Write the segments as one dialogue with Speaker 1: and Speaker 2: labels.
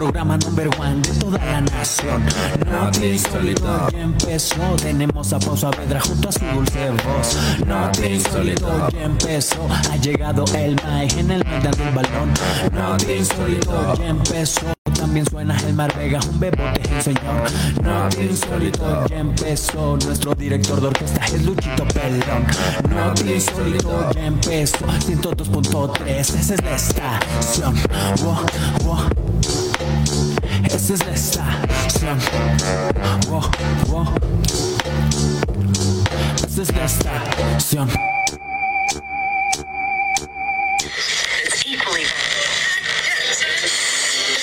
Speaker 1: number one de toda la nación. No te solito ya empezó. Tenemos a Pausa Vedra junto a su dulce voz. No te solito ya empezó. Ha llegado el Mike en el medio del balón. No te solito ya empezó. También suena el Mar Vega, un bebote es el señor. No te insólito ya empezó. Nuestro director de orquesta es Luchito Pelón. No te insólito ya empezó. 102.3, esa es la estación. Wow, wow. Esa es la estación. Wow, wow. Esa es la estación.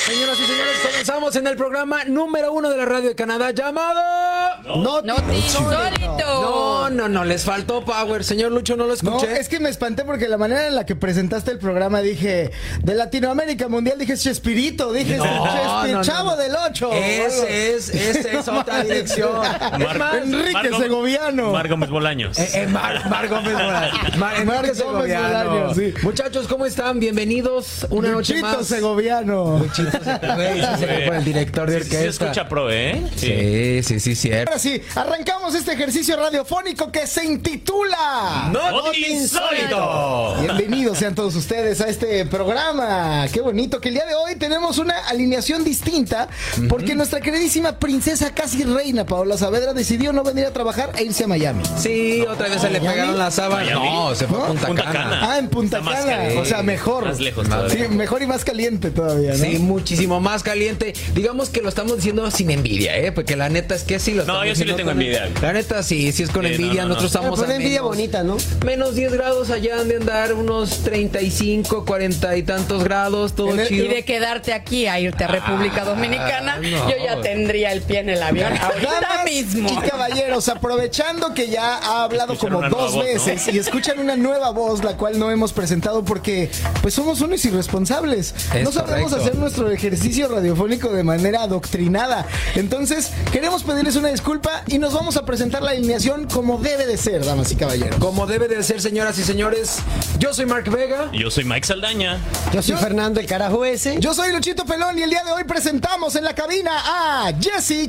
Speaker 2: Señoras y señores, comenzamos en el programa número uno de la radio de Canadá llamado...
Speaker 3: No,
Speaker 4: No te
Speaker 2: No,
Speaker 4: insólito.
Speaker 2: no, no, les faltó power. Señor Lucho, no lo
Speaker 3: no,
Speaker 2: escuché.
Speaker 3: es que me espanté porque la manera en la que presentaste el programa dije de Latinoamérica Mundial, dije Chespirito, dije
Speaker 2: No,
Speaker 3: Chespi-
Speaker 2: no, no.
Speaker 3: Chavo del Ocho. o algo.
Speaker 2: Ese es, esa es otra dirección. Es más,
Speaker 3: Enrique Segoviano.
Speaker 5: Marco Gómez Bolaños.
Speaker 2: Eh, eh, Mar, Mar Gómez Bolaños. Mar, Enrique
Speaker 3: Mar Gómez
Speaker 2: Segoviano.
Speaker 3: Bolaños, sí.
Speaker 2: Muchachos, ¿cómo están? Bienvenidos una noche
Speaker 3: Luchito
Speaker 2: más.
Speaker 3: Segoviano.
Speaker 2: Güey, eh, sí se fue por el director de
Speaker 5: Sí, sí, se
Speaker 2: orquesta.
Speaker 5: escucha pro, ¿eh?
Speaker 2: Sí, sí, sí, cierto.
Speaker 3: Ahora sí, arrancamos este ejercicio radiofónico que se intitula.
Speaker 5: ¡No te insólito!
Speaker 3: Bienvenidos sean todos ustedes a este programa. Qué bonito que el día de hoy tenemos una alineación distinta porque nuestra queridísima princesa casi reina Paola Saavedra decidió no venir a trabajar e irse a Miami.
Speaker 2: Sí, otra vez se le
Speaker 3: Miami.
Speaker 2: pegaron las sábanas.
Speaker 5: Miami.
Speaker 2: No, se fue a
Speaker 3: ¿No?
Speaker 2: Punta,
Speaker 5: Punta
Speaker 2: Cana.
Speaker 5: Cana.
Speaker 3: Ah, en Punta
Speaker 5: Está más
Speaker 3: Cana.
Speaker 5: caliente.
Speaker 3: O sea, mejor.
Speaker 5: Más lejos
Speaker 3: Sí,
Speaker 5: todavía.
Speaker 3: mejor y más caliente todavía, ¿no?
Speaker 2: Sí, muchísimo más caliente. Digamos que lo estamos diciendo sin envidia, ¿eh? Porque la neta es que sí lo
Speaker 5: No,
Speaker 2: estamos
Speaker 5: yo sí le
Speaker 2: diciendo
Speaker 5: tengo
Speaker 2: con-
Speaker 5: envidia.
Speaker 2: La neta sí, sí es con
Speaker 5: Sí, no,
Speaker 2: envidia.
Speaker 5: no, no.
Speaker 2: Nosotros estamos
Speaker 4: Pero
Speaker 2: a
Speaker 4: una envidia
Speaker 2: menos-
Speaker 4: bonita, ¿no?
Speaker 2: Menos 10 grados allá han de andar unos 35, 40 y tantos grados, todo
Speaker 3: En el-
Speaker 2: chido.
Speaker 4: Y de quedarte aquí a irte a República Dominicana,
Speaker 2: no.
Speaker 4: yo ya tendría el pie en el avión ahorita
Speaker 3: Damas
Speaker 4: mismo.
Speaker 3: Y caballeros, aprovechando que ya ha hablado
Speaker 5: Escucharon
Speaker 3: como
Speaker 5: una nueva
Speaker 3: dos
Speaker 5: voz, ¿no?
Speaker 3: veces y escuchan una nueva voz, la cual no hemos presentado porque pues somos unos irresponsables.
Speaker 2: Es
Speaker 3: no sabemos
Speaker 2: correcto.
Speaker 3: hacer nuestro ejercicio radiofónico de manera adoctrinada. Entonces, queremos pedirles una disculpa y nos vamos a presentar la alineación como debe de ser, damas y caballeros.
Speaker 2: Como debe de ser, señoras y señores, yo soy Mark Vega.
Speaker 5: Yo soy Mike Saldaña.
Speaker 4: Yo soy Fernando el carajo ese.
Speaker 3: Yo soy Luchito Pelón y el día de hoy presentamos en la cabina a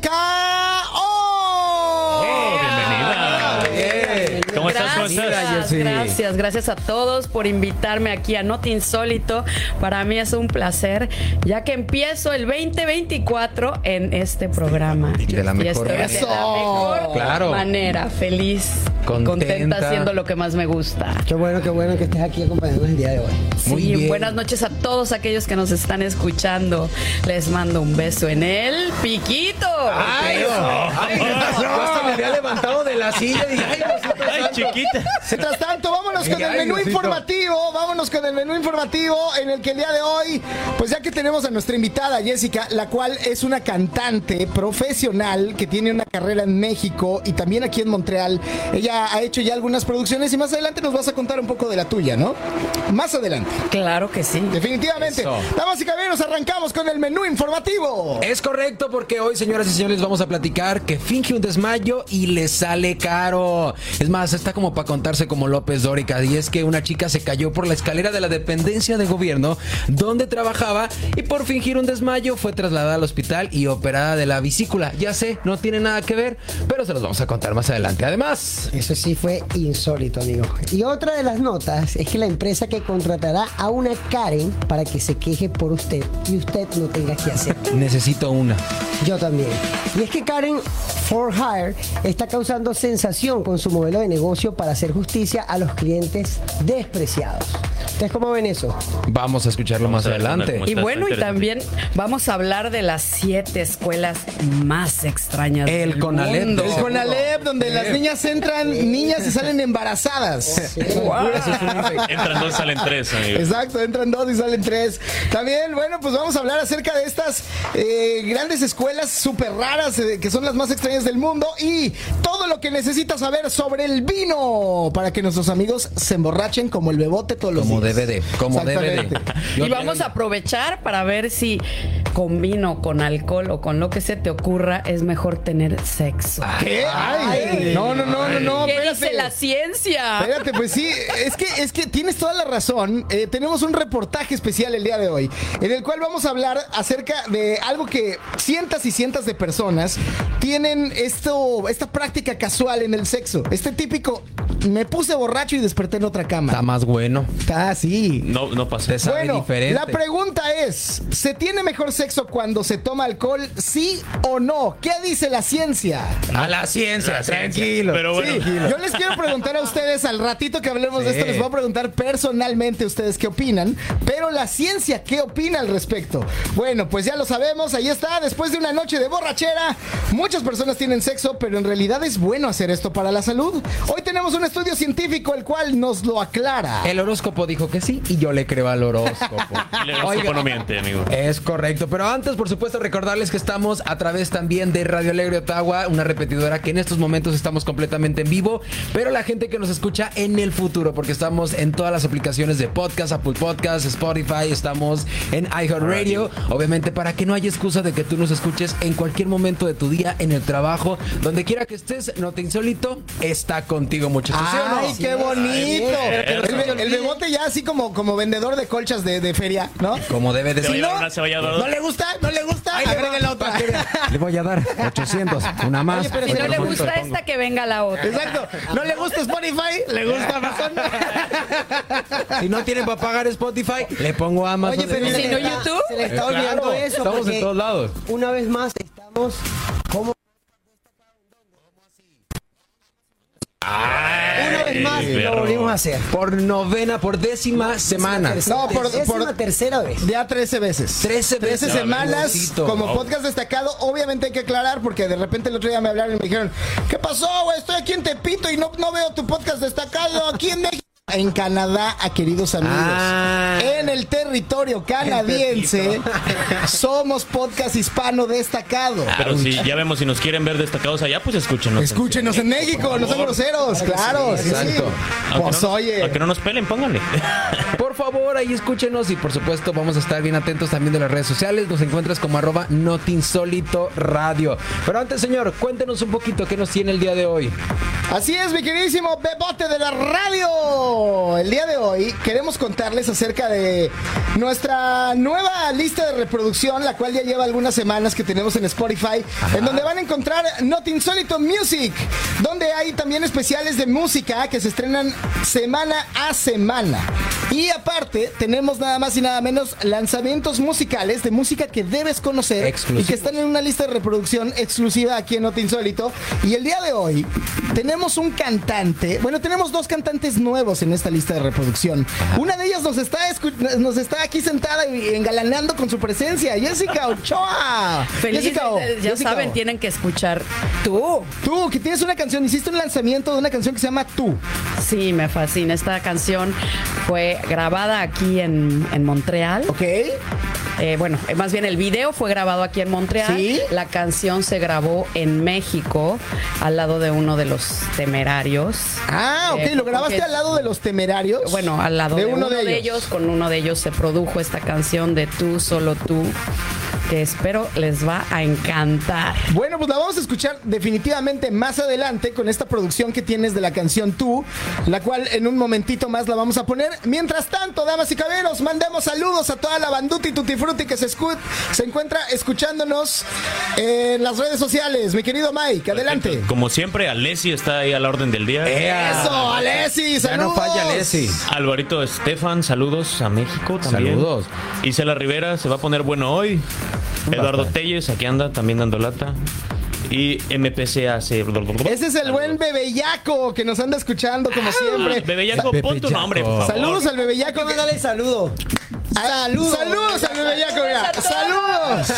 Speaker 3: Jessica O.
Speaker 5: Oh,
Speaker 3: Ah,
Speaker 5: bienvenida.
Speaker 2: Bien.
Speaker 5: ¿Cómo estás? ¿Cómo
Speaker 4: Gracias,
Speaker 5: estás?
Speaker 4: gracias, gracias a todos por invitarme aquí a Not Insólito. Para mí es un placer, ya que empiezo el 2024 en este programa.
Speaker 2: De la
Speaker 4: Y
Speaker 2: mejor
Speaker 4: estoy
Speaker 2: manera.
Speaker 4: de la mejor
Speaker 2: Claro.
Speaker 4: manera, feliz,
Speaker 2: Contenta.
Speaker 4: contenta. haciendo lo que más me gusta.
Speaker 6: Qué bueno, qué bueno que estés aquí acompañándonos el día de hoy.
Speaker 2: Muy
Speaker 4: sí,
Speaker 2: bien.
Speaker 4: buenas noches a todos aquellos que nos están escuchando. Les mando un beso en el piquito.
Speaker 2: ¡Ay! ¡Ay! ¿qué pasó? Yo hasta me había levantado de la silla y dije, ay, Diosito
Speaker 5: Ay,
Speaker 2: santo.
Speaker 5: chiquita.
Speaker 3: Mientras tanto, vámonos con el
Speaker 2: Ay,
Speaker 3: menú
Speaker 2: Diosito.
Speaker 3: informativo, vámonos con el menú informativo en el que el día de hoy, pues ya que tenemos a nuestra invitada Jessica, la cual es una cantante profesional que tiene una carrera en México y también aquí en Montreal. Ella ha hecho ya algunas producciones y más adelante nos vas a contar un poco de la tuya, ¿no? Más adelante,
Speaker 4: Claro que sí.
Speaker 3: definitivamente.
Speaker 2: Eso.
Speaker 3: Damas y caballeros, arrancamos con el menú informativo.
Speaker 2: Es correcto porque hoy, señoras y señores, vamos a platicar que finge un desmayo y le sale caro. Es más, está como para contarse como López Dórica. Y es que una chica se cayó por la escalera de la dependencia de gobierno donde trabajaba y por fingir un desmayo fue trasladada al hospital y operada de la vesícula. Ya sé, no tiene nada que ver, pero se los vamos a contar más adelante. Además,
Speaker 6: Eso sí fue insólito, amigo. Y otra de las notas es que la empresa que contratará a una Karen para que se queje por usted y usted no tenga que hacer.
Speaker 2: necesito una.
Speaker 6: Yo también. Y es que Karen For Hire está causando sensación con su modelo de negocio para hacer justicia a los clientes despreciados. ¿Ustedes cómo ven eso?
Speaker 2: Vamos a escucharlo
Speaker 5: Vamos
Speaker 2: más
Speaker 5: a ver,
Speaker 2: adelante.
Speaker 5: ¿cómo
Speaker 4: Y
Speaker 5: Está-
Speaker 4: bueno,
Speaker 5: está
Speaker 4: y también vamos a hablar de las siete escuelas más extrañas
Speaker 2: El
Speaker 4: del
Speaker 2: Conalep,
Speaker 4: mundo.
Speaker 2: el
Speaker 3: El Conalep, donde las niñas entran, niñas y salen embarazadas.
Speaker 5: Entran dos, salen tres,
Speaker 2: Eh,
Speaker 5: amigo.
Speaker 3: Exacto, entran dos y salen tres. También, bueno, pues vamos a hablar acerca de estas eh, grandes escuelas súper raras, eh, que son las más extrañas del mundo, y todo lo que necesitas saber sobre el vino, para que nuestros amigos se emborrachen como el bebote todos los
Speaker 2: Como
Speaker 3: días.
Speaker 2: debe de, como debe de.
Speaker 3: Exactamente.
Speaker 2: Yo
Speaker 4: y vamos a
Speaker 2: quiero-
Speaker 4: aprovechar para ver si con vino, con alcohol o con lo que se te ocurra es mejor tener sexo.
Speaker 2: Ah.
Speaker 3: ¿Qué? Ay, no, no, no, no, no.
Speaker 4: ¿Qué
Speaker 3: espérate.
Speaker 4: dice la ciencia?
Speaker 3: Espérate, pues sí, es que, es que tienes toda la razón. Eh, tenemos un reportaje especial el día de hoy, en el cual vamos a hablar acerca de algo que cientos y cientos de personas tienen esto, esta práctica casual en el sexo. Este típico, me puse borracho y desperté en otra cama.
Speaker 2: Está más bueno.
Speaker 3: Está así.
Speaker 5: No, no pasa.
Speaker 2: Te ah, sabe
Speaker 3: bueno,
Speaker 2: diferente.
Speaker 3: la pregunta es, ¿se tiene mejor sexo cuando se toma alcohol, sí o no? ¿Qué dice la ciencia?
Speaker 2: a la ciencia, tranquilo.
Speaker 5: Pero bueno,
Speaker 3: Sí, yo les quiero preguntar a ustedes al ratito que hablemos de
Speaker 2: Sí.
Speaker 3: esto, les voy a preguntar personalmente ustedes qué opinan, pero la ciencia qué opina al respecto. Bueno, pues ya lo sabemos, ahí está, después de una noche de borrachera, muchas personas tienen sexo, pero en realidad es bueno hacer esto para la salud. Hoy tenemos un estudio científico el cual nos lo aclara.
Speaker 2: El horóscopo dijo que sí y yo le creo al horóscopo.
Speaker 5: el horóscopo no miente, amigo.
Speaker 2: Es correcto, pero antes, por supuesto, recordarles que estamos a través también de Radio Alegre Ottawa, una repetidora que en estos momentos estamos completamente en vivo, pero la gente que nos escucha en el futuro, porque estamos en todas las aplicaciones de podcast, Apple Podcast, Spotify, estamos en iHeartRadio, obviamente para que no haya excusa de que tú nos escuches en cualquier momento de tu día, en el trabajo, donde quiera que estés, no te insólito, está contigo, muchachos. ¿sí o no?
Speaker 3: ¡Ay, qué bonito! El, be- el bebote ya así como, como vendedor de colchas de, de feria, ¿no?
Speaker 2: Como debe de
Speaker 5: Te va a
Speaker 2: ser.
Speaker 5: llevar una cebolla dorada.
Speaker 3: ¿No le gusta? ¿No le gusta?
Speaker 2: Ay,
Speaker 3: Agrega la otra.
Speaker 2: Le voy a dar 800, una más.
Speaker 3: Oye, pero
Speaker 4: si no
Speaker 3: Otro
Speaker 4: le
Speaker 2: punto
Speaker 4: gusta
Speaker 2: le pongo.
Speaker 4: esta, que venga la otra.
Speaker 3: Exacto. No le gusta Spotify, le gusta Amazon.
Speaker 2: Si no tienen para pagar Spotify, le pongo a Amazon.
Speaker 6: Oye, pero
Speaker 4: Si
Speaker 2: eh,
Speaker 4: no, YouTube.
Speaker 6: Se
Speaker 3: Eh,
Speaker 6: le está
Speaker 2: Claro,
Speaker 6: olvidando eso.
Speaker 2: Estamos
Speaker 6: porque
Speaker 2: en todos lados.
Speaker 6: Una vez más, estamos como. Una
Speaker 3: Eh,
Speaker 6: vez más, lo
Speaker 5: perro.
Speaker 6: volvimos a hacer.
Speaker 2: Por novena, por décima semana.
Speaker 3: No,
Speaker 6: No,
Speaker 3: por-
Speaker 6: por, es
Speaker 3: por-
Speaker 6: la tercera vez.
Speaker 3: Ya 13 veces.
Speaker 2: 13
Speaker 3: 13
Speaker 2: veces.
Speaker 3: semanas
Speaker 2: Pobrecito.
Speaker 3: como podcast destacado. Obviamente hay que aclarar porque de repente el otro día me hablaron y me dijeron, ¿qué pasó, güey? Estoy aquí en Tepito y no, no veo tu podcast destacado aquí en México. En Canadá, a queridos amigos.
Speaker 2: Ah.
Speaker 3: En el territorio canadiense somos podcast hispano destacado.
Speaker 5: Pero si ya vemos si nos quieren ver destacados allá, pues escúchenos.
Speaker 3: Escúchenos en México, no son groseros, claro. sí, sí.
Speaker 2: exacto.
Speaker 3: Pues
Speaker 5: Aunque no, nos-
Speaker 3: oye.
Speaker 5: aunque no nos pelen, pónganle.
Speaker 2: Por favor, ahí escúchenos y por supuesto vamos a estar bien atentos también de las redes sociales. Nos encuentras como arroba notinsólito radio. Pero antes, señor, cuéntenos un poquito qué nos tiene el día de hoy.
Speaker 3: Así es, mi queridísimo Bebote de la radio. El día de hoy queremos contarles acerca de nuestra nueva lista de reproducción, la cual ya lleva algunas semanas que tenemos en Spotify, en donde van a encontrar Not Insólito Music, donde hay también especiales de música que se estrenan semana a semana. Y aparte, tenemos nada más y nada menos lanzamientos musicales de música que debes conocer y
Speaker 2: Exclusivos.
Speaker 3: que están en una lista de reproducción exclusiva aquí en Nota Insólito. Y el día de hoy tenemos un cantante, bueno, tenemos dos cantantes nuevos en esta lista de reproducción. Una de ellas nos está, escu- nos está aquí sentada y engalanando con su presencia, Jessica Ochoa.
Speaker 4: Felices,
Speaker 3: Jessica O,
Speaker 4: ya
Speaker 3: Jessica
Speaker 4: saben,
Speaker 3: O.
Speaker 4: tienen que escuchar tú.
Speaker 3: Tú, que tienes una canción, hiciste un lanzamiento de una canción que se llama Tú.
Speaker 4: Sí, me fascina. Esta canción fue grabada aquí en, en Montreal.
Speaker 3: ¿Ok?
Speaker 4: Eh, bueno, eh, más bien el video fue grabado aquí en Montreal.
Speaker 3: Sí.
Speaker 4: La canción se grabó en México, al lado de uno de los temerarios.
Speaker 3: Ah, ok,
Speaker 4: Eh,
Speaker 3: lo grabaste
Speaker 4: porque-
Speaker 3: al lado de los temerarios.
Speaker 4: Bueno, al lado de, uno, de, ellos. Con uno de ellos se produjo esta canción de Tú, solo tú, que espero les va a encantar.
Speaker 3: Bueno, pues la vamos a escuchar definitivamente más adelante con esta producción que tienes de la canción Tú, la cual en un momentito más la vamos a poner. Mientras tanto, damas y caballeros, mandemos saludos a toda la banduta y tutifruti que se, escu- se encuentra escuchándonos en las redes sociales. Mi querido Mike, adelante.
Speaker 5: Como siempre, Alessi está ahí a la orden del día.
Speaker 2: Eh,
Speaker 3: Eso, Alessi,
Speaker 2: Ah, Ya no
Speaker 3: saludos.
Speaker 2: falla, Lessi.
Speaker 5: Alvarito Estefan, saludos a México también.
Speaker 2: Saludos.
Speaker 5: Isela Rivera, se va a poner bueno hoy. Eduardo Telles, aquí anda, también dando lata. Y MPCA se...
Speaker 3: Ese es el buen Bebellaco que nos anda escuchando como
Speaker 2: Ah,
Speaker 3: siempre.
Speaker 5: Bebellaco,
Speaker 2: Pepe
Speaker 5: pon tu
Speaker 2: Yaco.
Speaker 5: nombre, por favor.
Speaker 3: Saludos al Bebellaco.
Speaker 6: ¿Cómo no
Speaker 3: que-
Speaker 6: le saludo?
Speaker 3: Saludos. Saludos al Bebellaco, mira. Saludos.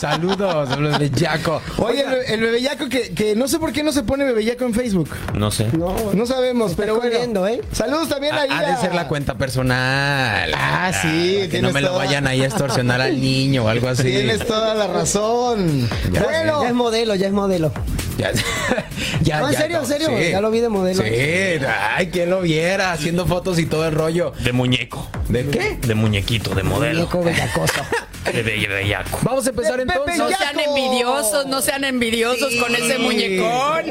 Speaker 2: Saludos, saludos de Jaco.
Speaker 3: Oye, el, el bebellaco que, que no sé por qué no se pone bebellaco en Facebook.
Speaker 5: No sé.
Speaker 6: No,
Speaker 3: No sabemos,
Speaker 6: está
Speaker 3: pero bueno.
Speaker 6: corriendo, ¿eh?
Speaker 3: Saludos también ahí.
Speaker 2: Ha de
Speaker 3: a-
Speaker 2: ser la cuenta personal.
Speaker 3: Ah, sí,
Speaker 2: Que no
Speaker 3: tienes
Speaker 2: me lo
Speaker 3: toda-
Speaker 2: vayan ahí a extorsionar al niño o algo así.
Speaker 3: Tienes toda la razón.
Speaker 6: Ya
Speaker 3: bueno,
Speaker 6: es modelo, ya es modelo.
Speaker 2: Ya, ya,
Speaker 6: No, en
Speaker 2: ya,
Speaker 6: serio, en serio, ya lo vi de modelo.
Speaker 2: Sí, ay, quien lo viera, haciendo fotos y todo el rollo.
Speaker 5: De muñeco.
Speaker 2: ¿De qué?
Speaker 5: De muñequito, de modelo.
Speaker 6: Muñeco bellacoso.
Speaker 5: De bella- bellaco.
Speaker 2: Vamos a empezar
Speaker 3: De Pepe
Speaker 2: entonces.
Speaker 4: No
Speaker 3: Yaco.
Speaker 4: sean envidiosos, no sean envidiosos con ese muñecón.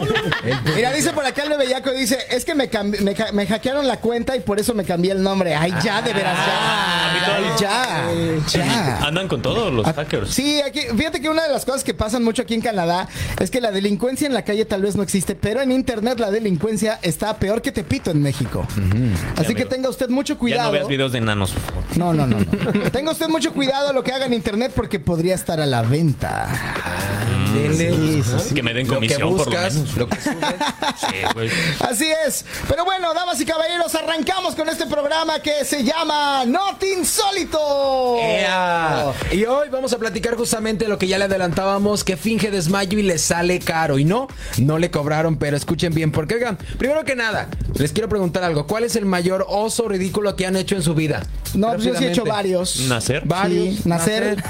Speaker 3: Mira, dice por acá el bebellaco, dice, es que me, cambi- me, ca- me hackearon la cuenta y por eso me cambié el nombre. Ay, ya, de veras, ya.
Speaker 5: Ah,
Speaker 3: ya, ya.
Speaker 5: Andan con todos los hackers.
Speaker 3: Sí, aquí, fíjate que una de las cosas que pasan mucho aquí en Canadá es que la delincuencia en la calle tal vez no existe, pero en internet la delincuencia está peor que Tepito en México. Así que
Speaker 5: amigo.
Speaker 3: tenga usted mucho
Speaker 5: Ya no
Speaker 3: cuidado.
Speaker 5: veas videos de enanos. por favor.
Speaker 3: No, no, no, no. Tenga usted mucho cuidado lo que haga en internet porque podría estar a la venta. Sí, sí, sí.
Speaker 5: Que me den
Speaker 2: Mm, Lo que
Speaker 5: comisión por lo
Speaker 2: buscas,
Speaker 5: menos.
Speaker 2: lo que subes.
Speaker 5: Sí, güey.
Speaker 3: Así es. Pero bueno, damas y caballeros, arrancamos con este programa que se llama Not Insólito.
Speaker 2: ¡Ea! Y hoy vamos a platicar justamente lo que ya le adelantábamos, que finge desmayo y le sale caro. Y no, no le cobraron, pero escuchen bien, porque oigan, primero que nada, les quiero preguntar algo. ¿Cuál es el mayor oso ridículo que han hecho en su vida?
Speaker 3: No, pues yo sí he hecho
Speaker 2: Rápidamente.
Speaker 3: varios.
Speaker 5: Nacer.
Speaker 2: Varios.
Speaker 3: Sí, nacer.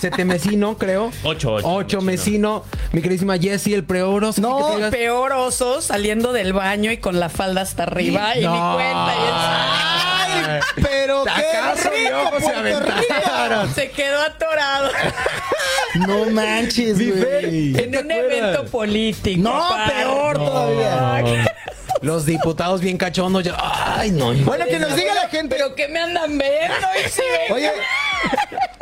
Speaker 2: Setemecino, creo.
Speaker 5: Ocho, ocho,
Speaker 2: Ocho mesino. Mi queridísima Jessie, el preoros.
Speaker 3: No,
Speaker 2: que te digas-
Speaker 4: Peor oso saliendo del baño y con la falda hasta arriba y
Speaker 2: No.
Speaker 4: mi cuenta y el-
Speaker 3: Ay, pero qué
Speaker 2: ¿Acaso mi
Speaker 3: rico,
Speaker 2: ojo se
Speaker 3: Puerto
Speaker 2: aventaron?
Speaker 3: Rico.
Speaker 4: se quedó atorado
Speaker 3: No manches, güey.
Speaker 4: en un evento político.
Speaker 3: No,
Speaker 4: aparte.
Speaker 3: peor todavía.
Speaker 2: Los diputados bien cachondos. ya- Ay, no.
Speaker 3: Bueno, que nos diga la gente.
Speaker 4: Pero que me andan viendo y si ven-
Speaker 3: Oye,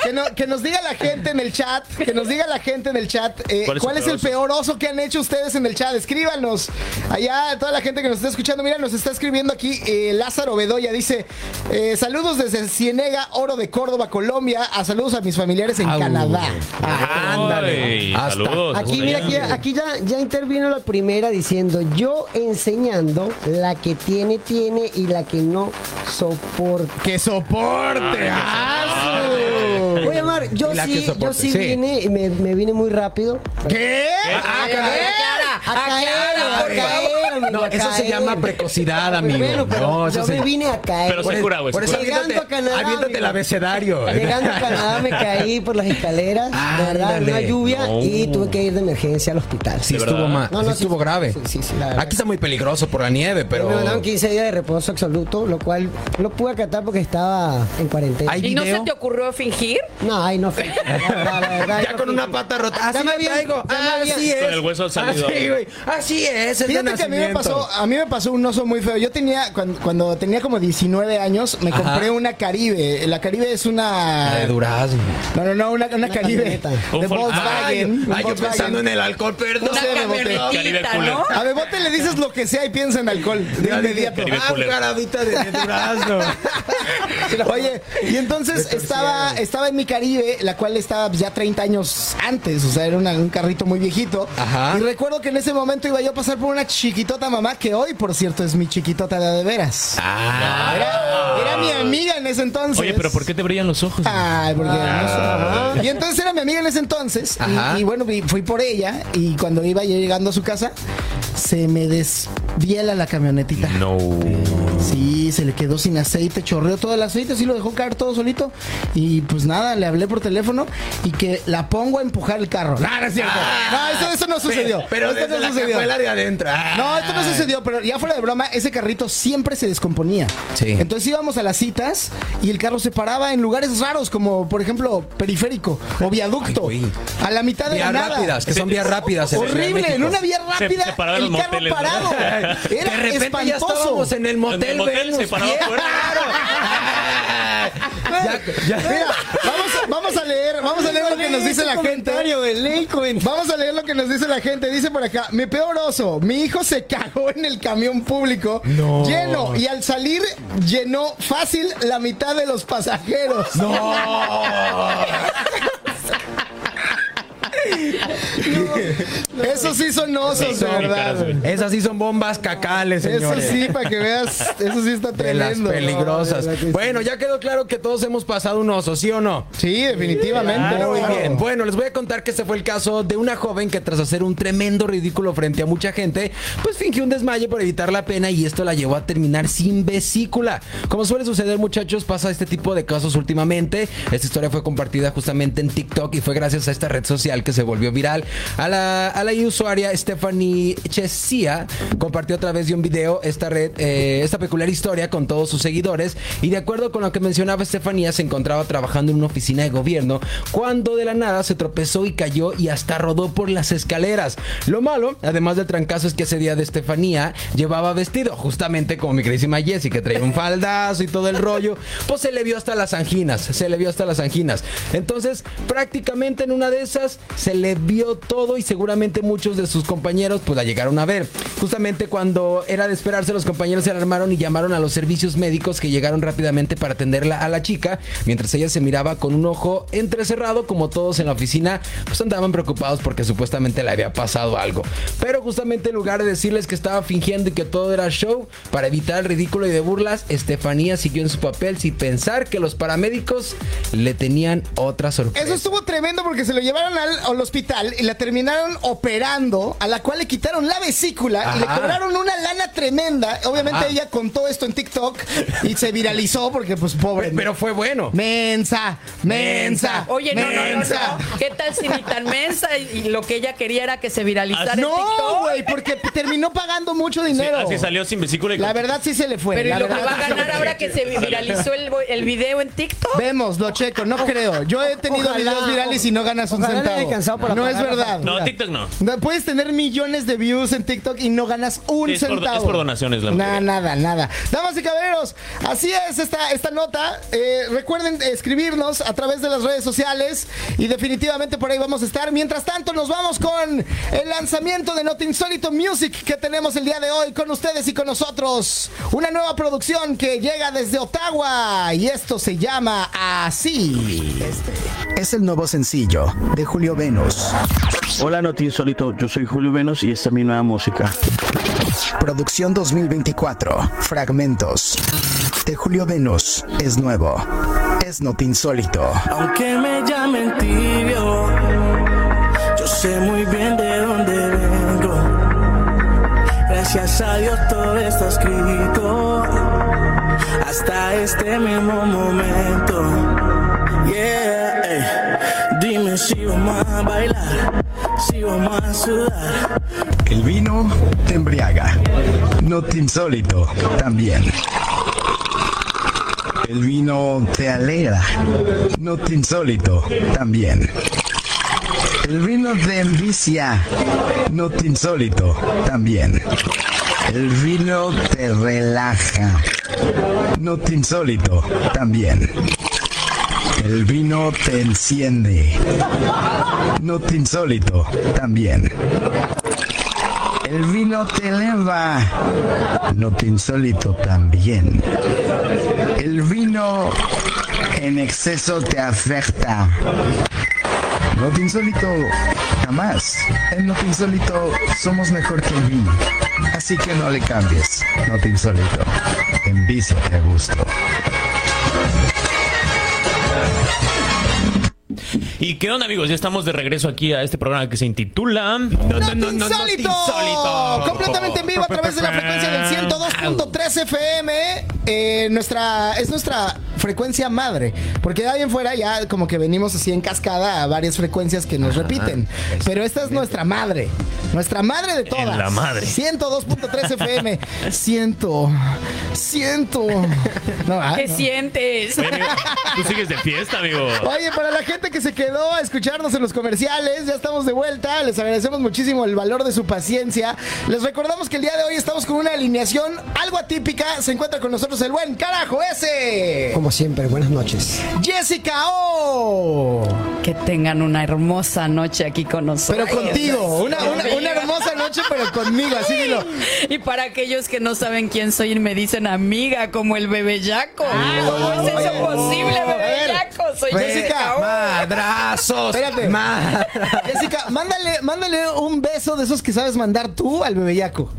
Speaker 3: que, no- que nos diga la gente en el chat, que nos diga la gente en el chat eh,
Speaker 5: ¿Cuál
Speaker 3: cuál,
Speaker 5: es su
Speaker 3: es
Speaker 5: peor
Speaker 3: el peor oso que han hecho ustedes en el chat. Escríbanos. Allá, toda la gente que nos está escuchando, mira, nos está escribiendo aquí eh, Lázaro Bedoya. Dice, eh, saludos desde Cienega, Oro de Córdoba, Colombia. A saludos a mis familiares en
Speaker 2: Au.
Speaker 3: Canadá.
Speaker 5: Ah, Ándale.
Speaker 2: Ándale. Hasta
Speaker 5: Saludos.
Speaker 6: Aquí, mira, aquí, aquí ya, ya intervino la primera diciendo, yo enseñando la que tiene, tiene y la que no soporta.
Speaker 3: ¡Que soporte! ¡Ah, su!
Speaker 6: Voy a llamar, yo
Speaker 2: Y la que
Speaker 6: sí,
Speaker 2: soporta,
Speaker 6: yo sí,
Speaker 2: sí.
Speaker 6: vine, me, me vine muy rápido.
Speaker 3: ¿Qué?
Speaker 2: Ah,
Speaker 4: Ay,
Speaker 2: caray.
Speaker 4: aclara,
Speaker 6: A caer,
Speaker 4: aclara,
Speaker 6: a
Speaker 4: por favor.
Speaker 6: caer, amigo,
Speaker 2: No,
Speaker 6: a
Speaker 2: eso se
Speaker 6: caer.
Speaker 2: llama precocidad, amigo.
Speaker 6: Bueno, pero
Speaker 2: No, eso
Speaker 6: yo
Speaker 2: se-
Speaker 6: me vine a caer.
Speaker 5: Pero se cura, güey.
Speaker 2: Por
Speaker 5: se
Speaker 2: eso
Speaker 5: cura.
Speaker 6: Llegando
Speaker 2: aviéntate,
Speaker 6: a Canadá,
Speaker 2: aviéntate el
Speaker 6: amigo.
Speaker 2: abecedario.
Speaker 6: Llegando a Canadá me caí por las escaleras, de verdad,
Speaker 2: Ándale.
Speaker 6: una lluvia
Speaker 5: No.
Speaker 6: y tuve que ir de emergencia al hospital.
Speaker 2: Sí
Speaker 5: ¿De verdad?
Speaker 2: estuvo mal,
Speaker 6: No, no,
Speaker 2: sí
Speaker 6: sí,
Speaker 2: estuvo
Speaker 6: sí,
Speaker 2: grave.
Speaker 6: sí, sí, sí, la verdad.
Speaker 2: Aquí está muy peligroso por la nieve, pero
Speaker 6: Me mandaron 15 días de reposo absoluto, lo cual no pude acatar porque estaba en cuarentena.
Speaker 2: Ay.
Speaker 4: ¿Y no se
Speaker 2: video?
Speaker 4: te ocurrió fingir?
Speaker 6: No, ay, no fue. La verdad,
Speaker 2: ya
Speaker 6: no
Speaker 2: con
Speaker 6: fui.
Speaker 2: una pata rota.
Speaker 3: Ah,
Speaker 2: Así
Speaker 6: Ya me
Speaker 2: me
Speaker 6: habían-
Speaker 2: traigo.
Speaker 6: ya me habían-
Speaker 2: Así es.
Speaker 5: Con el hueso salido.
Speaker 2: Así, güey. Así es. es de
Speaker 3: Fíjate que a mí, me
Speaker 2: nacimiento.
Speaker 3: pasó, a mí me pasó un oso muy feo. Yo tenía, cuando, cuando tenía como 19 años, me
Speaker 2: Ajá.
Speaker 3: compré una Caribe. La Caribe es una...
Speaker 2: La de durazno.
Speaker 3: No, no, no, una, una, Caribe.
Speaker 6: camioneta.
Speaker 5: Un
Speaker 3: De
Speaker 5: Ford-
Speaker 2: Ay,
Speaker 3: Volkswagen.
Speaker 2: ay, ah, yo pensando en el alcohol, perdón.
Speaker 4: Una
Speaker 3: sé, me boté.
Speaker 5: Caribe
Speaker 4: camionetita,
Speaker 5: cooler.
Speaker 4: ¿no?
Speaker 3: A Bebote le dices lo que sea y piensa en alcohol de inmediato.
Speaker 5: Caribe
Speaker 2: Ah,
Speaker 5: culero.
Speaker 2: caradita de, de durazno.
Speaker 3: Oye, y entonces estaba, estaba en mi Caribe, la cual estaba ya 30 años antes, o sea, era una- un carrito muy viejito.
Speaker 2: Ajá.
Speaker 3: Y recuerdo que en ese momento iba yo a pasar por una chiquitota mamá, que hoy, por cierto, es mi chiquitota de, de veras.
Speaker 2: Ah,
Speaker 3: Era, era mi amiga en ese entonces.
Speaker 5: Oye, pero ¿por qué te brillan los ojos?
Speaker 3: Ay, porque no sé. Y entonces era mi amiga en ese entonces. y-
Speaker 2: Ah. Ajá.
Speaker 3: Y, bueno, y fui por ella. Y cuando iba yo llegando a su casa, se me desviela la camionetita.
Speaker 5: No.
Speaker 3: Sí, se le quedó sin aceite, chorreó todo el aceite, sí lo dejó caer todo solito. Y pues nada, le hablé por teléfono y que la pongo a empujar el carro. No, no es cierto. no, eso, eso no sucedió.
Speaker 2: Ah. Pero
Speaker 3: Esto
Speaker 2: desde
Speaker 3: no
Speaker 2: la
Speaker 3: sucedió.
Speaker 2: cajuela de adentro. Ah.
Speaker 3: No, esto no sucedió, pero ya fuera de broma, ese carrito siempre se descomponía.
Speaker 2: Sí.
Speaker 3: Entonces íbamos a las citas y el carro se paraba en lugares raros, como por ejemplo periférico o viaducto.
Speaker 2: Ay, güey.
Speaker 3: a la mitad de
Speaker 2: Vías
Speaker 3: la nada.
Speaker 2: rápidas, que son vías rápidas. en la Ciudad de
Speaker 3: Horrible, en
Speaker 2: México.
Speaker 3: una vía
Speaker 5: Se-
Speaker 3: rápida,
Speaker 5: se paraban
Speaker 3: el
Speaker 5: los
Speaker 3: carro
Speaker 5: moteles, ¿no?
Speaker 3: parado. Era
Speaker 2: de repente
Speaker 3: espantoso.
Speaker 2: ya estábamos en el motel,
Speaker 5: En el motel
Speaker 2: Venus.
Speaker 5: se paraba
Speaker 2: Qué
Speaker 5: fuera.
Speaker 2: raro. Ya- ya-
Speaker 3: Mira, vamos, a- vamos a leer, vamos a leer lo que nos dice la gente. Vamos a leer lo que nos dice la gente. Dice por acá, mi peor oso, mi hijo se cagó en el camión público lleno y al salir llenó fácil la mitad de los pasajeros. No. Eso sí son osos, de verdad.
Speaker 2: Esas sí son bombas cacales,
Speaker 3: Eso
Speaker 2: señores.
Speaker 3: sí, para que veas, eso sí está
Speaker 2: De las
Speaker 3: tremendo.
Speaker 2: peligrosas.
Speaker 3: No, de verdad que sí.
Speaker 2: Bueno, ya quedó claro que todos hemos pasado un oso, ¿sí o no?
Speaker 3: Sí, definitivamente.
Speaker 2: Muy
Speaker 3: claro.
Speaker 2: bien. Bueno, les voy a contar que este fue el caso de una joven que tras hacer un tremendo ridículo frente a mucha gente, pues fingió un desmayo para evitar la pena y esto la llevó a terminar sin vesícula. Como suele suceder, muchachos, pasa este tipo de casos últimamente. Esta historia fue compartida justamente en TikTok y fue gracias a esta red social que que se volvió viral. A la, a la usuaria Stephanie Chesia compartió a través de un video esta red, eh, esta peculiar historia con todos sus seguidores y de acuerdo con lo que mencionaba Estefanía se encontraba trabajando en una oficina de gobierno cuando de la nada se tropezó y cayó y hasta rodó por las escaleras. Lo malo, además del trancazo, es que ese día de Estefanía llevaba vestido, justamente como mi queridísima Jessie, que traía un faldazo y todo el rollo, pues se le vio hasta las anginas, se le vio hasta las anginas. Entonces, prácticamente en una de esas se le vio todo y seguramente muchos de sus compañeros pues la llegaron a ver. Justamente cuando era de esperarse, los compañeros se alarmaron y llamaron a los servicios médicos que llegaron rápidamente para atenderla a la chica, mientras ella se miraba con un ojo entrecerrado, como todos en la oficina, pues andaban preocupados porque supuestamente le había pasado algo. Pero justamente en lugar de decirles que estaba fingiendo y que todo era show, para evitar el ridículo y de burlas, Estefanía siguió en su papel sin pensar que los paramédicos le tenían otra sorpresa.
Speaker 3: Eso estuvo tremendo porque se lo llevaron al, al hospital y la terminaron operando, a la cual le quitaron la vesícula y le
Speaker 2: Ajá.
Speaker 3: cobraron una lana tremenda. Obviamente
Speaker 2: Ajá.
Speaker 3: ella contó esto en TikTok y se viralizó porque, pues, pobre.
Speaker 2: Pe- Pero fue bueno.
Speaker 3: Mensa, mensa.
Speaker 4: Oye, no, no, no,
Speaker 3: mensa.
Speaker 4: no. ¿Qué tal si ni tan mensa? Y y lo que ella quería era que se viralizara en
Speaker 3: Ah, No,
Speaker 4: TikTok.
Speaker 3: güey, porque terminó pagando mucho
Speaker 5: Sí,
Speaker 3: dinero.
Speaker 5: así salió sin vesícula y
Speaker 3: La
Speaker 5: con-
Speaker 3: verdad sí se le fue.
Speaker 4: Pero ¿y
Speaker 3: la
Speaker 4: lo que
Speaker 3: verdad
Speaker 4: va a
Speaker 3: sí se le
Speaker 4: ganar
Speaker 3: fue.
Speaker 4: ahora que se viralizó el, el video en TikTok?
Speaker 3: Vemos, lo checo, no creo. Yo he tenido
Speaker 6: Ojalá.
Speaker 3: videos virales y no ganas un
Speaker 6: Ojalá le haya
Speaker 3: centavo.
Speaker 6: alcanzado para
Speaker 3: No es
Speaker 6: pagar la
Speaker 3: verdad.
Speaker 5: No, TikTok no.
Speaker 3: No, Puedes tener millones de views en TikTok y no ganas un
Speaker 5: Es por-
Speaker 3: centavo.
Speaker 5: es por donaciones, la
Speaker 3: Nada,
Speaker 5: mayoría.
Speaker 3: nada, nada. Damas y caballeros, así es esta, esta nota. Eh, recuerden escribirnos a través de las redes sociales y definitivamente por ahí vamos a estar. Mientras tanto, nos vamos con el lanzamiento de Nota Insólito Music que tenemos el día de hoy con ustedes y con nosotros. Una nueva producción que llega desde Ottawa y esto se llama Así.
Speaker 7: Es el nuevo sencillo de Julio Venus.
Speaker 8: Hola Noti Insólito, yo soy Julio Venos y esta es mi nueva música.
Speaker 7: Producción 2024. Fragmentos. De Julio Venus. Es nuevo. Es not insólito.
Speaker 9: Aunque me llamen tibio, yo sé muy bien de dónde vengo. Gracias a Dios todo está escrito hasta este mismo momento. Yeah, ey. dime si vamos a bailar, si vamos a sudar.
Speaker 7: El vino te embriaga. Not insólito. También. El vino te alegra. Not insólito. También. El vino te envicia. Not insólito. También. El vino te relaja. Not insólito. También. El vino te enciende. Not insólito. También. El vino te eleva. No te insólito también. El vino en exceso te afecta. No te insólito jamás. En no te insólito somos mejor que el vino. Así que no le cambies. No te insólito. En bici te gusto.
Speaker 5: ¿Y qué onda, amigos? Ya estamos de regreso aquí a este programa que se intitula.
Speaker 3: Not insólito. Completamente en vivo a través de la frecuencia del 102.3 FM. Eh, nuestra, es nuestra frecuencia madre. Porque de ahí en fuera ya como que venimos así en cascada a varias frecuencias que nos repiten. Pero esta es nuestra madre. Nuestra madre de todas.
Speaker 5: En la madre.
Speaker 3: 102.3 FM. Siento. Siento. No, ¿verdad?
Speaker 4: ¿Qué
Speaker 3: No.
Speaker 4: sientes?
Speaker 5: Oye, amigo, Tú sigues de fiesta, amigo.
Speaker 3: Oye, para la gente que se quedó a escucharnos en los comerciales, ya estamos de vuelta. Les agradecemos muchísimo el valor de su paciencia. Les recordamos que el día de hoy estamos con una alineación algo atípica. Se encuentra con nosotros el buen carajo ese.
Speaker 6: Como siempre, buenas noches.
Speaker 3: Jessica O.
Speaker 4: Que tengan una hermosa noche aquí con
Speaker 3: Pero
Speaker 4: nosotros.
Speaker 3: contigo. Una, una- una hermosa noche, pero conmigo. Así dilo.
Speaker 4: Y para aquellos que no saben quién soy, me dicen amiga, como el bebé Yaco. ¿Cómo es eso posible,
Speaker 3: A
Speaker 4: bebé
Speaker 3: ver,
Speaker 4: Yaco? Soy
Speaker 3: Jessica,
Speaker 4: Jessica. Oba.
Speaker 2: Madrazos.
Speaker 3: Espérate.
Speaker 2: Ma-
Speaker 3: Jessica, mándale, mándale un beso de esos que sabes mandar tú al bebellaco.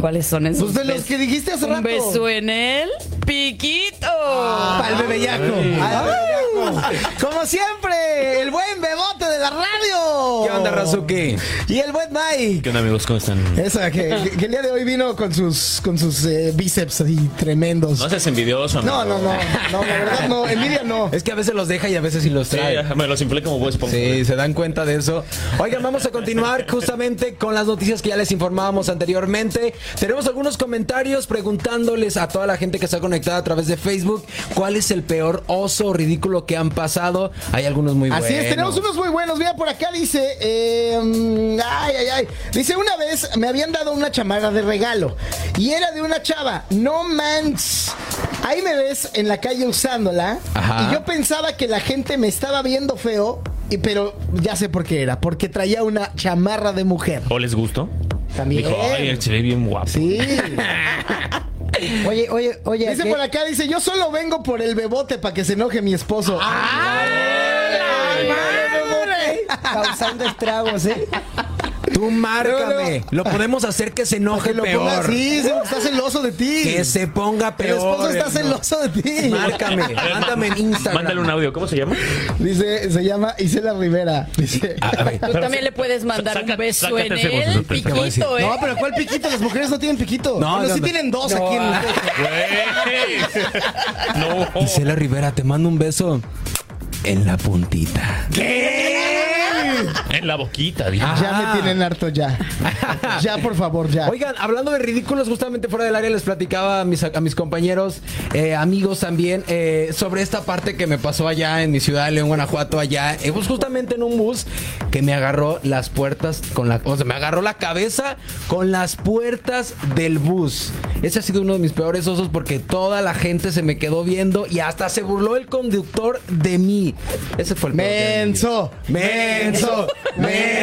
Speaker 4: ¿Cuáles son esos?
Speaker 3: Pues de los
Speaker 4: besos?
Speaker 3: que dijiste hace
Speaker 4: Un
Speaker 3: rato.
Speaker 4: beso en el piquito.
Speaker 3: Ah, Para el bebellaco. Ay, Como siempre, el buen bebote de la radio.
Speaker 2: ¿Qué onda, Razuki?
Speaker 3: Y el buen Mike.
Speaker 5: ¿Qué onda, amigos? ¿Cómo están?
Speaker 3: Esa, que, que el día de hoy vino con sus, con sus eh, bíceps así tremendos.
Speaker 5: No seas envidioso, amigo.
Speaker 3: No, no, no, no, la verdad no, envidia no.
Speaker 2: Es que a veces los deja y a veces sí los
Speaker 5: Sí,
Speaker 2: trae.
Speaker 5: ajá, me los inflé como Bob Esponja.
Speaker 2: Sí, se dan cuenta de eso. Oigan, vamos a continuar justamente con las noticias que ya les informábamos anteriormente. Tenemos algunos comentarios preguntándoles a toda la gente que está conectada a través de Facebook cuál es el peor oso o ridículo que han pasado. Hay algunos muy buenos.
Speaker 3: Así es, tenemos unos muy buenos. Mira, por acá dice. eh, mm, ay, ay, ay. Dice: Una vez me habían dado una chamarra de regalo y era de una chava. No mans. Ahí me ves en la calle usándola
Speaker 2: Ajá.
Speaker 3: y yo pensaba que la gente me estaba viendo feo. y- Pero ya sé por qué era, porque traía una chamarra de mujer.
Speaker 5: ¿O les gustó?
Speaker 3: También.
Speaker 5: Dijo, ay, se ve bien guapo.
Speaker 3: Sí.
Speaker 6: Oye, oye, oye.
Speaker 3: Dice
Speaker 6: ¿qué?
Speaker 3: por acá, dice, yo solo vengo por el bebote para que se enoje mi esposo. Ah,
Speaker 6: Causando estragos, ¿eh?
Speaker 2: Tú márcame. Lo podemos hacer que se enoje
Speaker 3: Que lo
Speaker 2: peor.
Speaker 3: ponga así, se- está celoso de ti.
Speaker 2: Que se ponga
Speaker 3: El
Speaker 2: peor.
Speaker 3: esposo está
Speaker 2: hermano.
Speaker 3: celoso de ti.
Speaker 2: Márcame. Mándame en Instagram.
Speaker 5: Mándale un audio. ¿Cómo se llama?
Speaker 3: Dice, se llama Isela Rivera. Dice.
Speaker 2: A ver.
Speaker 4: Tú también le puedes mandar
Speaker 5: Saca-
Speaker 4: un beso
Speaker 5: sácate
Speaker 4: en
Speaker 5: ese
Speaker 4: el
Speaker 5: bolsito, te voy a decir.
Speaker 4: piquito, ¿eh?
Speaker 3: No, "Ah, pero ¿cuál piquito? Las mujeres no tienen piquito.
Speaker 2: No,
Speaker 3: No,
Speaker 2: no,
Speaker 3: sí
Speaker 2: no.
Speaker 3: tienen dos
Speaker 2: No,
Speaker 3: aquí en
Speaker 2: ah.
Speaker 5: Güey. No.
Speaker 2: Isela Rivera, te mando un beso en la puntita.
Speaker 5: En la boquita, dije.
Speaker 3: Ya
Speaker 2: Ah.
Speaker 3: me tienen harto ya.
Speaker 6: Ah.
Speaker 3: Ya, por favor, ya.
Speaker 2: Oigan, hablando de ridículos, justamente fuera del área les platicaba a mis, a mis compañeros, eh, amigos también, eh, sobre esta parte que me pasó allá en mi ciudad de León, Guanajuato, allá, eh, pues justamente en un bus que me agarró las puertas con la, o sea, me agarró la cabeza con las puertas del bus. Ese ha sido uno de mis peores osos porque toda la gente se me quedó viendo y hasta se burló el conductor de mí. Ese fue el peor día de mi vida.
Speaker 3: Menso, menso, menso.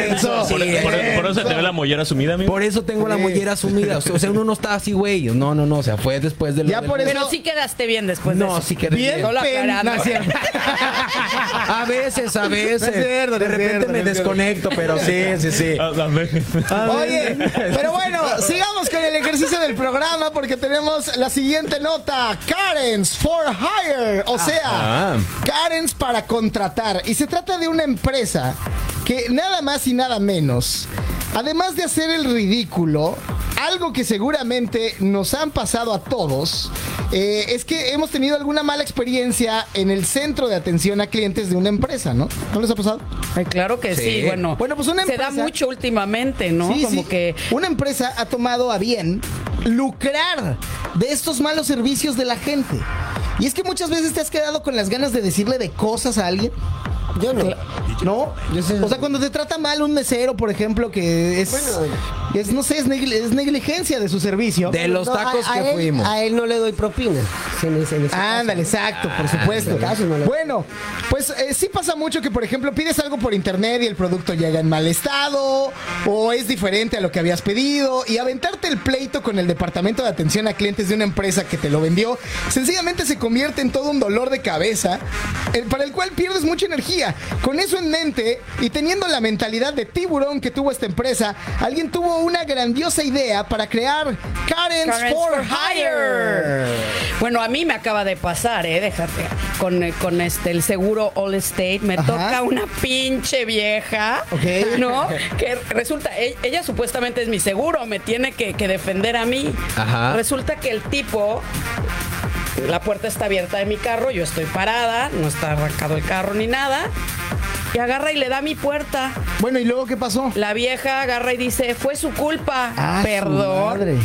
Speaker 5: Por,
Speaker 2: Sí,
Speaker 5: por- por eso te ve la mollera sumida, amigo.
Speaker 2: Por eso tengo la mollera sumida. O sea, uno no está así, güey. No, no, no. O sea, fue después de lo
Speaker 3: Ya
Speaker 2: del-
Speaker 3: por eso-
Speaker 4: Pero sí quedaste bien después de
Speaker 2: No,
Speaker 4: eso.
Speaker 2: sí que
Speaker 3: Bien,
Speaker 4: Solo
Speaker 3: pen-
Speaker 4: aclarando.
Speaker 3: no es cierto.
Speaker 2: A veces, a veces.
Speaker 3: No es cierto, no
Speaker 2: de
Speaker 3: es
Speaker 2: repente me
Speaker 3: cierto, no es cierto.
Speaker 2: desconecto, pero sí, sí, sí.
Speaker 5: Ah, dame.
Speaker 3: Oye, pero bueno, sigamos con el ejercicio del programa porque tenemos la siguiente nota. Karens for hire, o sea,
Speaker 2: Ah.
Speaker 3: Karens para contratar. Y se trata de una empresa que nada más y nada menos, además de hacer el ridículo, algo que seguramente nos han pasado a todos, eh, es que hemos tenido alguna mala experiencia en el centro de atención a clientes de una empresa, ¿no? ¿No les ha pasado?
Speaker 4: Ay, claro que sí.
Speaker 2: Sí.
Speaker 4: bueno.
Speaker 3: Bueno, pues una
Speaker 4: Se da
Speaker 3: empresa-
Speaker 4: mucho últimamente, ¿no?
Speaker 3: Sí,
Speaker 4: Como
Speaker 3: sí.
Speaker 4: que
Speaker 3: una empresa ha tomado a bien lucrar de estos malos servicios de la gente. Y es que muchas veces te has quedado con las ganas de decirle de cosas a alguien. Yo no. ¿No?
Speaker 6: Yo sí.
Speaker 3: O sea, cuando te trata mal un mesero, por ejemplo, que es, es, no sé, es, negli- es negligencia de su servicio.
Speaker 2: De los
Speaker 6: No, a-
Speaker 2: tacos
Speaker 6: a
Speaker 2: que
Speaker 6: él-
Speaker 2: fuimos.
Speaker 6: A él no le doy propina. Se me- se me-
Speaker 3: Ándale, exacto, por supuesto.
Speaker 6: Ah, sí, no lo-
Speaker 3: Bueno, pues eh, sí pasa mucho que, por ejemplo, pides algo por internet y el producto llega en mal estado o es diferente a lo que habías pedido y aventarte el pleito con el departamento de atención a clientes de una empresa que te lo vendió sencillamente se convierte en todo un dolor de cabeza eh, para el cual pierdes mucha energía. Con eso en mente y teniendo la mentalidad de tiburón que tuvo esta empresa, alguien tuvo una grandiosa idea para crear Karens,
Speaker 4: Karens
Speaker 3: for,
Speaker 4: for
Speaker 3: Hire.
Speaker 4: Hire. Bueno, a mí me acaba de pasar, ¿eh? Déjate. Con, eh, con este, el seguro Allstate me
Speaker 3: Ajá.
Speaker 4: toca una pinche vieja,
Speaker 3: Ok.
Speaker 4: ¿no? Que resulta, e- ella, supuestamente es mi seguro, me tiene que, que defender a mí.
Speaker 2: Ajá.
Speaker 4: Resulta que el tipo, la puerta está abierta de mi carro, yo estoy parada, no está arrancado el carro ni nada, y agarra y le da mi puerta.
Speaker 3: Bueno, ¿y luego qué pasó?
Speaker 4: La vieja agarra y dice, fue su culpa.
Speaker 3: Ah, su
Speaker 4: Perdón.
Speaker 3: madre.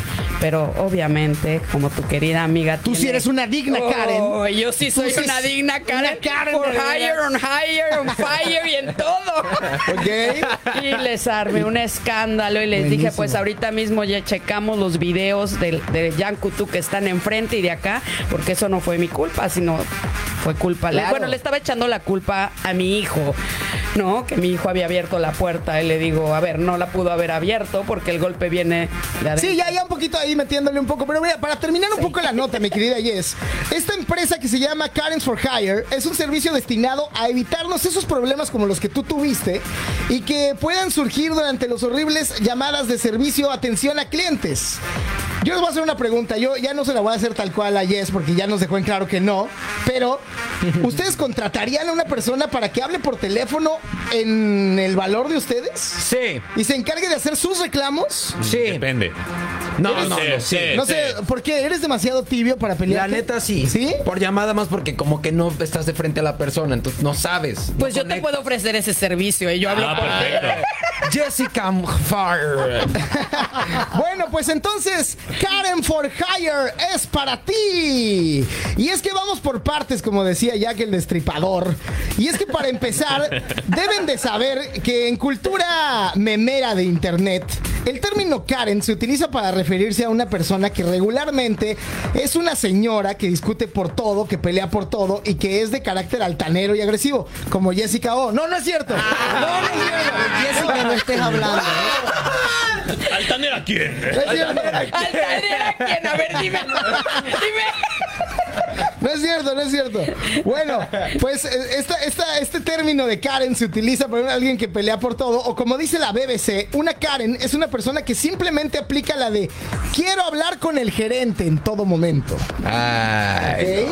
Speaker 4: Pero obviamente, como tu querida amiga.
Speaker 3: Tú sí eres una digna Karen.
Speaker 4: yo sí
Speaker 3: Tú
Speaker 4: soy
Speaker 3: sí
Speaker 4: una
Speaker 3: es
Speaker 4: digna Karen.
Speaker 3: una Karen
Speaker 4: por
Speaker 3: de veras.
Speaker 4: higher, on higher, on fire y en todo.
Speaker 3: Ok.
Speaker 4: Y les armé un escándalo y les dije, pues ahorita mismo ya checamos los videos del- de Jan Kutu que están enfrente y de acá, porque eso no fue mi culpa, sino fue culpa. le-
Speaker 6: Claro.
Speaker 4: Bueno, le estaba echando la culpa a mi hijo, ¿no? Que mi hijo había abierto la puerta y le digo, a ver, no la pudo haber abierto porque el golpe viene de adentro.
Speaker 3: Sí, ya, ya un poquito ahí metiéndole un poco. Pero mira, para terminar un poco la nota, mi querida Jess, esta empresa que se llama Karens for Hire es un servicio destinado a evitarnos esos problemas como los que tú tuviste y que puedan surgir durante los horribles llamadas de servicio atención a clientes. Yo les voy a hacer una pregunta. Yo ya no se la voy a hacer tal cual a Yes porque ya nos dejó en claro que no. Pero, ¿ustedes contratarían a una persona para que hable por teléfono en el valor de ustedes?
Speaker 2: Sí,
Speaker 3: ¿Y se encargue de hacer sus reclamos?
Speaker 2: sí.
Speaker 10: Depende.
Speaker 2: No, no,
Speaker 10: Sí,
Speaker 2: no, sí.
Speaker 10: sí,
Speaker 3: No
Speaker 10: sí.
Speaker 3: sé, ¿por qué? ¿Eres demasiado tibio para
Speaker 2: La
Speaker 3: pelear?
Speaker 2: neta sí.
Speaker 3: ¿Sí?
Speaker 2: Por llamada más porque como que no estás de frente a la persona, entonces no sabes.
Speaker 4: Pues
Speaker 2: No
Speaker 4: yo te
Speaker 2: conectas.
Speaker 4: puedo ofrecer ese servicio y yo hablo
Speaker 10: Ah,
Speaker 4: por ti.
Speaker 10: perfecto.
Speaker 2: Jessica Fire.
Speaker 3: Bueno, pues entonces, Karen for Hire es para ti. Y es que vamos por partes, como decía Jack el destripador. Y es que para empezar, deben de saber que en cultura memera de internet, el término Karen se utiliza para referirse a una persona que regularmente es una señora que discute por todo, que pelea por todo y que es de carácter altanero y agresivo, como Jessica O. No, no es cierto. No, no es cierto.
Speaker 6: Ah. Jessica, no estés hablando. ¿eh?
Speaker 10: ¿Altanera quién?
Speaker 3: No es cierto.
Speaker 4: Altanera, ¿quién? A ver, dime. Dime.
Speaker 3: No es cierto, no es cierto. Bueno, pues eh, esta, esta- este término de Karen se utiliza para alguien que pelea por todo, o como dice la BBC, una Karen es una persona que simplemente aplica la de quiero hablar con el gerente en todo momento.
Speaker 2: Ay.
Speaker 3: ¿Ok?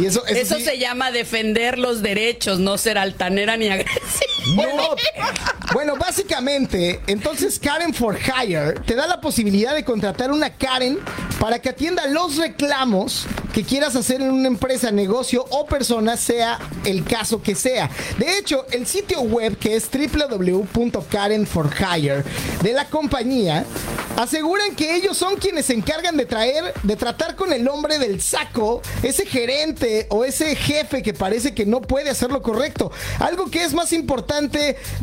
Speaker 3: Y eso, eso
Speaker 4: Eso
Speaker 3: sí-
Speaker 4: se llama defender los derechos, no ser altanera ni agresiva.
Speaker 3: Bueno, bueno, básicamente, entonces Karen for Hire te da la posibilidad de contratar una Karen para que atienda los reclamos que quieras hacer en una empresa, negocio o persona, sea el caso que sea. De hecho, el sitio web que es www.karenforhire de la compañía aseguran que ellos son quienes se encargan de traer, de tratar con el hombre del saco, ese gerente o ese jefe que parece que no puede hacer lo correcto. Algo que es más importante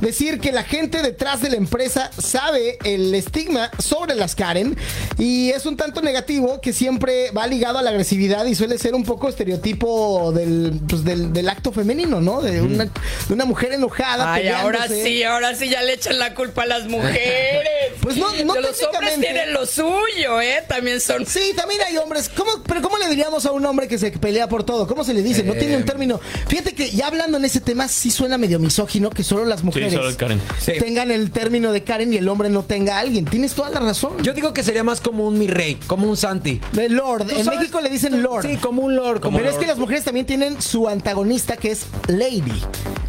Speaker 3: decir que la gente detrás de la empresa sabe el estigma sobre las Karen y es un tanto negativo que siempre va ligado a la agresividad y suele ser un poco estereotipo del, pues, del, del acto femenino, ¿no? De una, de una mujer enojada.
Speaker 4: Ay, ahora
Speaker 3: peleándose.
Speaker 4: sí, ahora sí ya le echan la culpa a las mujeres.
Speaker 3: Pues no- no
Speaker 4: Pero los hombres
Speaker 3: técnicamente.
Speaker 4: tienen lo suyo, ¿eh? También son.
Speaker 3: Sí, también hay hombres. ¿Cómo, pero ¿cómo le diríamos a un hombre que se pelea por todo? ¿Cómo se le dice? No tiene un término. Fíjate que ya hablando en ese tema sí suena medio misógino que solo las mujeres
Speaker 5: solo el Karen.
Speaker 2: Sí.
Speaker 3: tengan el término de Karen y el hombre no tenga a alguien. Tienes toda la razón.
Speaker 2: Yo digo que sería más como un mi rey, como un Santi.
Speaker 3: de Lord.
Speaker 2: ¿Tú
Speaker 3: En
Speaker 2: sabes?
Speaker 3: México le dicen Lord.
Speaker 2: Sí, como un lord. Como
Speaker 3: pero es
Speaker 2: lord.
Speaker 3: que las mujeres también tienen su antagonista que es Lady.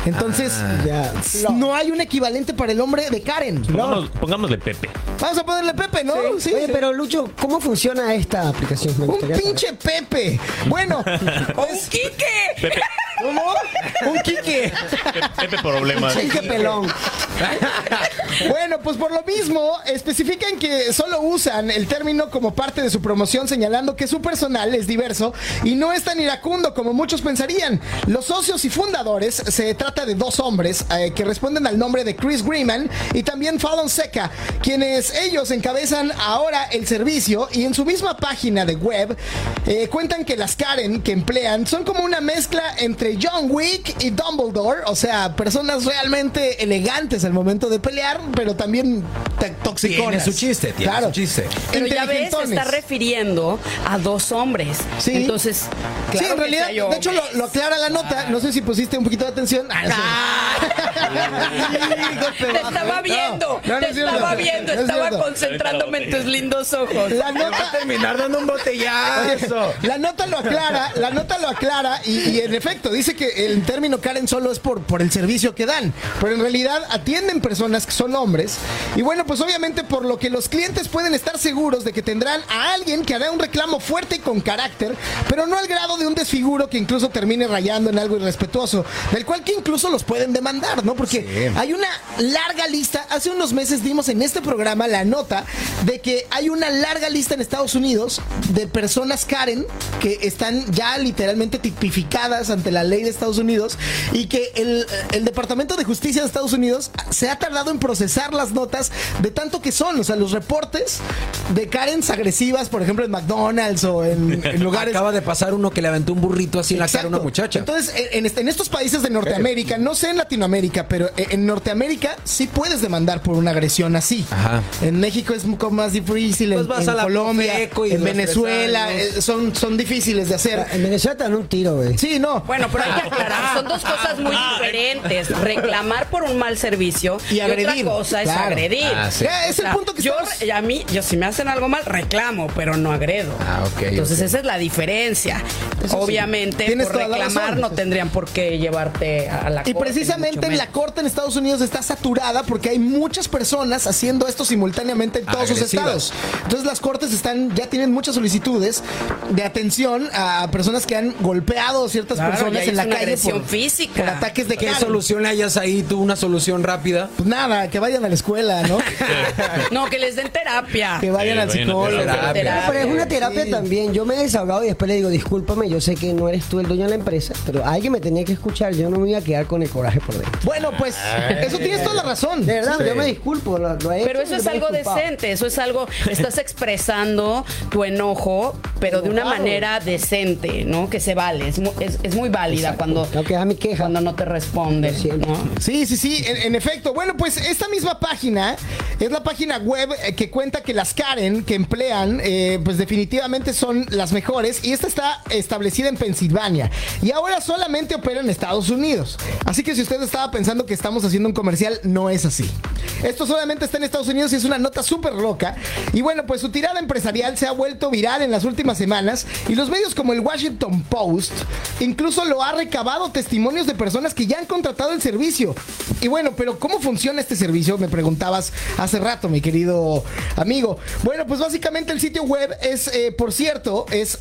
Speaker 3: Entonces, ya, no hay un equivalente para el hombre de Karen.
Speaker 5: Pongamos- pongámosle Pepe.
Speaker 3: Vamos a ponerle Pepe, ¿no? Sí,
Speaker 6: Oye,
Speaker 3: sí.
Speaker 6: pero Lucho, ¿cómo funciona esta aplicación? Me
Speaker 3: Un
Speaker 6: gustaría
Speaker 3: pinche Pepe. Bueno,
Speaker 4: ¡O un Quique!
Speaker 5: Pepe,
Speaker 3: ¿cómo? Un Quique.
Speaker 5: Pepe problemas.
Speaker 3: Ay, qué pelón. Bueno, pues por lo mismo, especifican que solo usan el término como parte de su promoción, señalando que su personal es diverso y no es tan iracundo como muchos pensarían. Los socios y fundadores se trata de dos hombres eh, que responden al nombre de Chris Greeman y también Fallon Seca, quienes ellos encabezan ahora el servicio y en su misma página de web eh, cuentan que las Karen que emplean son como una mezcla entre John Wick y Dumbledore, o sea, personas realmente elegantes al momento de pelear, pero también ta-
Speaker 2: Tiene
Speaker 3: toxiconas.
Speaker 2: su chiste, tiene su chiste.
Speaker 4: Pero ya ves, se
Speaker 3: Inteligentones.
Speaker 4: está refiriendo a dos hombres.
Speaker 3: Sí.
Speaker 4: Entonces, claro
Speaker 3: sí, en
Speaker 4: que
Speaker 3: realidad,
Speaker 4: sí hay
Speaker 3: de hecho lo,
Speaker 4: hombres.
Speaker 3: lo aclara la
Speaker 4: Ah.
Speaker 3: nota. No sé si pusiste un poquito de atención. Ah, no sé. Hijo, bajo,
Speaker 4: Te
Speaker 3: ¿eh?
Speaker 4: estaba viendo,
Speaker 3: No, no
Speaker 4: te
Speaker 3: es cierto.
Speaker 4: estaba viendo,
Speaker 3: No es
Speaker 4: estaba
Speaker 3: cierto.
Speaker 4: concentrándome en tus lindos ojos.
Speaker 3: La
Speaker 2: Va a
Speaker 3: nota,
Speaker 2: terminar dando un botellazo.
Speaker 3: La nota lo aclara, la nota lo aclara y, y en efecto dice que el término Karen solo es por, por el servicio que dan, pero en realidad atienden personas que son hombres y bueno, pues obviamente por lo que los clientes pueden estar seguros de que tendrán a alguien que hará un reclamo fuerte y con carácter, pero no al grado de un desfiguro que incluso termine rayando en algo irrespetuoso, del cual que incluso los pueden demandar, ¿no? Porque hay una larga lista, hace unos meses dimos en este programa la nota de que hay una larga lista en Estados Unidos de personas Karen que están ya literalmente tipificadas ante la ley de Estados Unidos y que el, el Departamento de Justicia de Estados Unidos se ha tardado en procesar las notas de tanto que son, o sea, los reportes de Karens agresivas, por ejemplo, en McDonald's o en, en lugares
Speaker 2: Acaba de pasar uno que le aventó un burrito así en la cara a
Speaker 3: Exacto.
Speaker 2: una muchacha.
Speaker 3: Entonces, en, en este- en estos países de Norteamérica, no sé en Latinoamérica, pero eh, en, en Norteamérica sí puedes demandar por una agresión así.
Speaker 2: Ajá.
Speaker 3: En México es un poco más difícil, en,
Speaker 2: Pues vas
Speaker 3: en
Speaker 2: a la
Speaker 3: Colombia,
Speaker 2: Profeco y
Speaker 3: en
Speaker 2: los
Speaker 3: Venezuela,
Speaker 2: empresarios.
Speaker 3: eh, son, son difíciles de hacer.
Speaker 6: En Venezuela te dan un tiro, güey.
Speaker 3: Sí, no.
Speaker 4: Bueno, pero hay que aclarar, son dos cosas muy diferentes. Reclamar por un mal servicio
Speaker 3: Y
Speaker 4: y,
Speaker 3: agredir,
Speaker 4: otra cosa es
Speaker 3: claro.
Speaker 4: agredir.
Speaker 2: Ah, sí.
Speaker 3: Ya, es el punto que
Speaker 4: yo,
Speaker 3: estamos-
Speaker 4: a mí, yo si me hacen algo mal, reclamo, pero no agredo.
Speaker 2: Ah, ok,
Speaker 4: Entonces
Speaker 2: ok.
Speaker 4: esa es la diferencia.
Speaker 3: Eso sí.
Speaker 4: Obviamente,
Speaker 3: Tienes
Speaker 4: por
Speaker 3: toda la
Speaker 4: reclamar
Speaker 3: razón.
Speaker 4: no tendrían por qué llevarte a la
Speaker 3: Y
Speaker 4: corte,
Speaker 3: precisamente
Speaker 4: mucho
Speaker 3: en la
Speaker 4: menos.
Speaker 3: corte en Estados Unidos está saturada porque hay muchas personas haciendo esto simultáneamente en todos sus
Speaker 2: Agresivas.
Speaker 3: estados. Entonces las cortes están ya tienen muchas solicitudes de atención a personas que han golpeado a ciertas
Speaker 4: Claro, ya
Speaker 3: personas
Speaker 4: es
Speaker 3: en la
Speaker 4: una
Speaker 3: calle
Speaker 4: agresión
Speaker 3: por,
Speaker 4: física.
Speaker 3: por ataques de
Speaker 2: ¿Qué
Speaker 3: cara.
Speaker 2: solución le hayas ahí tú? ¿Una solución rápida?
Speaker 3: Pues nada, que vayan a la escuela, ¿no?
Speaker 4: No, que les den terapia.
Speaker 3: que vayan
Speaker 10: Sí,
Speaker 5: Eh,
Speaker 3: al
Speaker 10: vayan a
Speaker 3: psicólogo.
Speaker 2: terapia.
Speaker 6: No, pero es una terapia
Speaker 3: Sí.
Speaker 6: también. Yo me he desahogado y después le digo, discúlpame, yo sé que no eres tú el dueño de la empresa, pero alguien me tenía que escuchar, yo no me iba a quedar con el coraje por dentro.
Speaker 3: Bueno, pues eso tienes toda la razón.
Speaker 6: Ah. De verdad, yo me disculpo. lo- lo he
Speaker 4: Pero
Speaker 6: hecho,
Speaker 4: eso es
Speaker 6: me he
Speaker 4: algo
Speaker 6: disculpado.
Speaker 4: decente, eso es algo, estás expresando tu enojo, pero de una
Speaker 6: Enojado.
Speaker 4: manera decente, ¿no? Que se vale, es mu- es- es muy, válida cuando,
Speaker 6: No, que es mi queja.
Speaker 4: cuando no te responden,
Speaker 6: Lo siento.
Speaker 4: ¿no?
Speaker 3: Sí, sí, sí, en, en efecto. Bueno, pues esta misma página es la página web eh, que cuenta que las Karen que emplean, eh, pues definitivamente son las mejores. Y esta está establecida en Pensilvania. Y ahora solamente opera en Estados Unidos. Así que si usted estaba pensando que estamos haciendo un comercial, no es así. Esto solamente está en Estados Unidos y es una nota súper loca. Y bueno, pues su tirada empresarial se ha vuelto viral en las últimas semanas y los medios como el Washington Post incluso lo ha recabado testimonios de personas que ya han contratado el servicio. Y bueno, pero ¿cómo funciona este servicio? Me preguntabas hace rato, mi querido amigo. Bueno, pues básicamente el sitio web es, eh, por cierto, es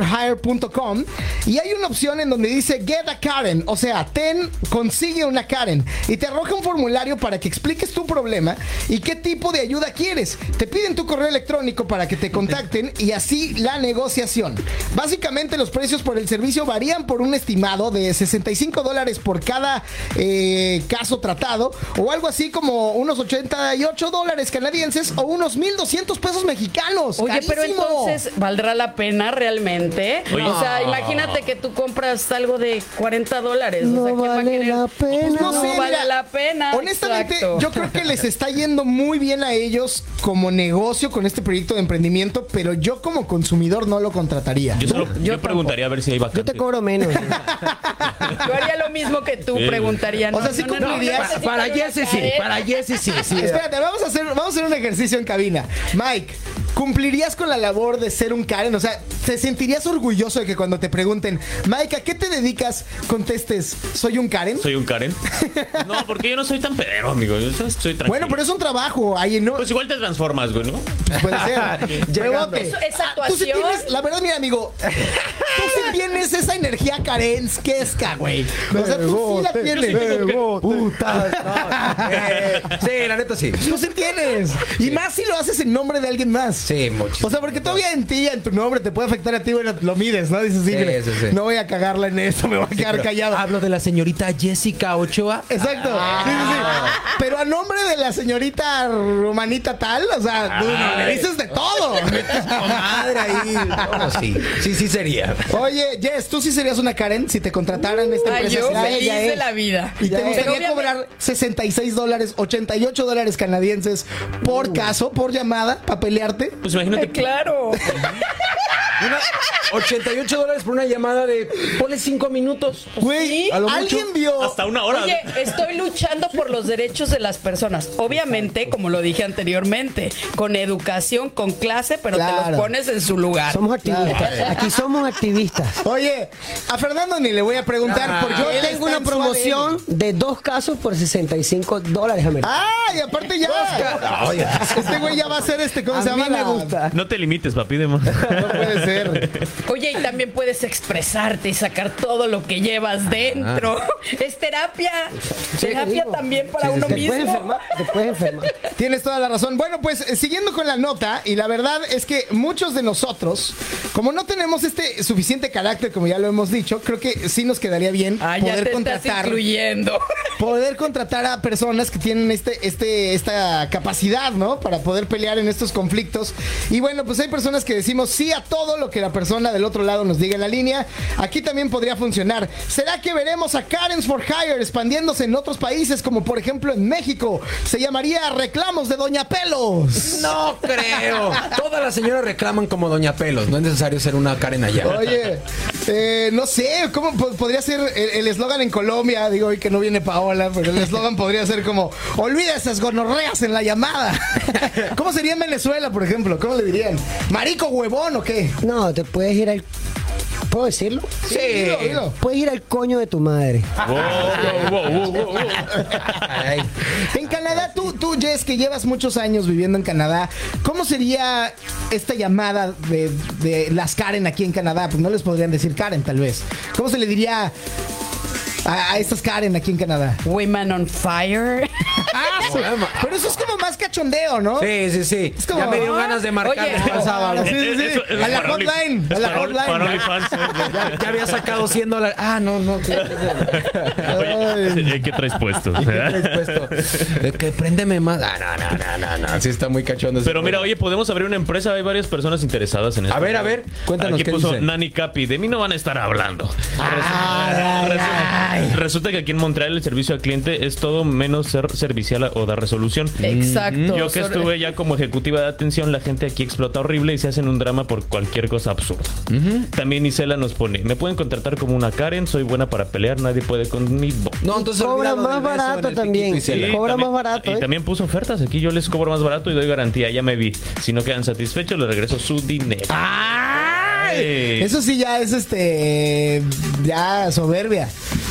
Speaker 3: karenforhire.com y hay una opción en donde dice Get a Karen, o sea, ten, consigue una Karen y te arroja un formulario para que expliques tu problema y qué tipo de ayuda quieres. Te piden tu correo electrónico para que te contacten y así la negociación. Básicamente los precios por el servicio varían por un estimado de 65 dólares por cada eh, caso tratado o algo así como unos 88 dólares canadienses o unos 1.200 pesos mexicanos.
Speaker 4: Oye, pero
Speaker 3: Carísimo.
Speaker 4: entonces, ¿valdrá la pena realmente?
Speaker 5: Oye.
Speaker 4: O sea, imagínate que tú compras algo de 40 dólares.
Speaker 6: No
Speaker 4: o sea, ¿quién va a
Speaker 6: vale
Speaker 4: querer?
Speaker 6: la pena.
Speaker 3: Pues no,
Speaker 4: No
Speaker 3: sé,
Speaker 4: vale
Speaker 3: mira,
Speaker 4: la pena,
Speaker 3: Honestamente,
Speaker 4: exacto.
Speaker 3: yo creo que les está yendo muy bien a ellos como negocio con este proyecto de emprendimiento, pero yo como consumidor no lo contrataría.
Speaker 5: Yo, solo, yo, preguntaría a ver si hay
Speaker 6: Yo
Speaker 5: vacante.
Speaker 6: te cobro menos.
Speaker 4: Yo haría lo mismo que tú,
Speaker 5: Sí.
Speaker 4: preguntaría.
Speaker 3: O sea, sí cumplirías.
Speaker 2: Pa- para Jesse sí, para Jesse sí. sí.
Speaker 5: eh.
Speaker 3: Espérate, vamos a hacer, vamos a hacer un ejercicio en cabina. Mike, ¿cumplirías con la labor de ser un Karen? O sea, ¿te sentirías orgulloso de que cuando te pregunten, Mike, ¿a qué te dedicas? Contestes, ¿soy un Karen?
Speaker 5: ¿Soy un Karen? No, porque yo no soy tan pedero, amigo. Yo soy soy tranquilo.
Speaker 3: Bueno, pero es un trabajo, ahí no.
Speaker 5: Pues igual te transformas, güey, ¿no?
Speaker 3: Puede ser. Huevote.
Speaker 4: Eso es
Speaker 3: Ah, tú sí
Speaker 4: actuación.
Speaker 3: tienes- la verdad, mira, amigo, tú sí tienes esa energía carenzquesca, güey. O sea, tú sí la tienes.
Speaker 2: Sí, la neta sí.
Speaker 3: Tú sí tienes. Y más si lo haces en nombre de alguien más.
Speaker 2: Sí, muchísimo.
Speaker 3: O sea, porque todavía en ti, en tu nombre, te puede afectar a ti, bueno, lo mides, ¿no? Dices,
Speaker 2: Sí,
Speaker 3: sí, mira,
Speaker 2: sí, sí.
Speaker 3: no voy a cagarla en esto, me voy a quedar callado.
Speaker 2: Hablo de la señorita Jessica Ochoa. Ah.
Speaker 3: Exacto. Sí, sí, sí. Pero a nombre de la señorita romanita tal, o
Speaker 2: Ah.
Speaker 3: sea, tú le dices de todo.
Speaker 2: Madre ahí. No, sí, sí, sí sería.
Speaker 3: Oye, Jess, ¿tú sí serías una Karen si te contrataran en esta
Speaker 4: Ay,
Speaker 3: empresa?
Speaker 4: yo
Speaker 3: Sí, ah,
Speaker 4: feliz
Speaker 3: ella es.
Speaker 4: de la vida.
Speaker 3: Y te
Speaker 4: Pero
Speaker 3: gustaría
Speaker 4: obviamente-
Speaker 3: cobrar 66 dólares, 88 dólares canadienses por caso, por llamada, para pelearte.
Speaker 5: Pues imagínate.
Speaker 4: Eh, Claro.
Speaker 2: 88 dólares por una llamada de ponle 5 minutos.
Speaker 4: Pues
Speaker 3: Güey,
Speaker 2: a lo mucho,
Speaker 3: alguien vio.
Speaker 5: Hasta una hora.
Speaker 4: Oye, estoy luchando por los derechos de las personas. Obviamente, como lo dije anteriormente, con educación, con clase, pero te
Speaker 3: Claro.
Speaker 4: los pones en su lugar.
Speaker 6: Somos activistas. Aquí somos activistas.
Speaker 3: Oye, a Fernando ni le voy a preguntar porque
Speaker 6: Yo
Speaker 3: él
Speaker 6: tengo
Speaker 3: está
Speaker 6: una
Speaker 3: en su ADN.
Speaker 6: promoción de dos casos por 65 dólares americanos.
Speaker 3: ¡Ay! Aparte ya. Este güey ya va a ser este, ¿cómo
Speaker 6: A
Speaker 3: se llama?
Speaker 6: mí me
Speaker 3: La-
Speaker 6: gusta.
Speaker 5: No te limites, papi, de más.
Speaker 3: No puede ser.
Speaker 4: Oye, y también puedes expresarte y sacar todo lo que llevas dentro.
Speaker 3: Ah.
Speaker 4: Es terapia. Ah, terapia
Speaker 6: digo.
Speaker 4: también para uno
Speaker 6: Te
Speaker 4: mismo.
Speaker 6: puedes enfermar, te puedes enfermar.
Speaker 3: Tienes toda la razón. Bueno, pues eh, siguiendo con la nota, y la verdad es que muchos de nosotros, como no tenemos este suficiente carácter, como ya lo hemos dicho, creo que sí nos quedaría bien
Speaker 4: Ah, ya
Speaker 3: poder
Speaker 4: te estás
Speaker 3: contratar.
Speaker 4: incluyendo.
Speaker 3: poder contratar a personas que tienen este, este, esta capacidad, ¿no? Para poder pelear en estos conflictos. Y bueno, pues hay personas que decimos sí a todo lo que la persona del otro lado nos diga en la línea. Aquí también podría funcionar. ¿Será que veremos a Karens for Hire expandiéndose en otros países, como por ejemplo en México? Se llamaría Reclamos de Doña Pelos.
Speaker 2: No creo. Todas las señoras reclaman como Doña Pelos. No es necesario ser una Karen allá.
Speaker 3: Oye, Eh, no sé, ¿cómo po- podría ser el el eslogan en Colombia? Digo, hoy que no viene Paola, pero el eslogan podría ser como: Olvida esas gonorreas en la llamada. ¿Cómo sería en Venezuela, por ejemplo? ¿Cómo le dirían? ¿Marico huevón o qué?
Speaker 6: No, te puedes ir al. ¿Puedo decirlo?
Speaker 3: Sí. dilo, dilo.
Speaker 6: Puedes ir al coño de tu madre.
Speaker 3: En Canadá, tú, tú, Jess, que llevas muchos años viviendo en Canadá, ¿cómo sería esta llamada de, de las Karen aquí en Canadá? Pues no les podrían decir Karen, tal vez. ¿Cómo se le diría a, a estas Karen aquí en Canadá?
Speaker 4: Women on fire.
Speaker 3: Ah, sí. Pero eso es como más cachondeo, ¿no?
Speaker 2: Sí, sí, sí.
Speaker 3: Es como-
Speaker 2: Ya me dieron ganas de marcar
Speaker 4: Oye.
Speaker 2: el sábado.
Speaker 3: Sí, sí, sí.
Speaker 5: Eso- eso es
Speaker 3: a la
Speaker 5: para Only-
Speaker 3: hotline, a
Speaker 5: es
Speaker 3: la
Speaker 5: para-
Speaker 3: hotline.
Speaker 5: para OnlyFans, ¿eh?
Speaker 2: Ya, ya había sacado 100 dólares. Ah, no, no. ¿qué,
Speaker 3: Ay.
Speaker 5: Oye, ¿Qué traes puesto?
Speaker 2: Eh, que préndeme más. Ah, no, no, no, no, no. Sí está muy cachondo. ese
Speaker 5: Pero mira,
Speaker 2: juego.
Speaker 5: oye, podemos abrir una empresa. Hay varias personas interesadas en esto.
Speaker 2: A ver, a ver, cuéntanos
Speaker 5: Aquí
Speaker 2: qué
Speaker 5: puso
Speaker 2: dice.
Speaker 5: Nani Capi. De mí no van a estar hablando.
Speaker 3: Ay, ay, ay.
Speaker 5: Resulta que aquí en Montreal el servicio al cliente es todo menos ser servicial o dar resolución.
Speaker 4: Exacto.
Speaker 5: Yo que
Speaker 4: Eh, Sobre-
Speaker 5: estuve ya como ejecutiva de atención, la gente aquí explota horrible y se hacen un drama por cualquier cosa absurda. También Isela nos pone, me pueden contratar como una Karen, soy buena para pelear, nadie puede conmigo.
Speaker 2: No,
Speaker 6: Y
Speaker 2: entonces
Speaker 6: cobra
Speaker 2: olvídalo del
Speaker 6: más
Speaker 2: beso en
Speaker 6: barato
Speaker 2: el piquito
Speaker 6: también.
Speaker 2: y se
Speaker 6: Sí.
Speaker 2: la-
Speaker 6: cobra
Speaker 5: también-
Speaker 6: más barato,
Speaker 5: Y
Speaker 6: ¿eh?
Speaker 5: también puso ofertas. Aquí yo les cobro más barato y doy garantía. Ya me vi. Si no quedan satisfechos, les regreso su dinero. ¡Ay!
Speaker 3: Eso sí ya es este ya soberbia.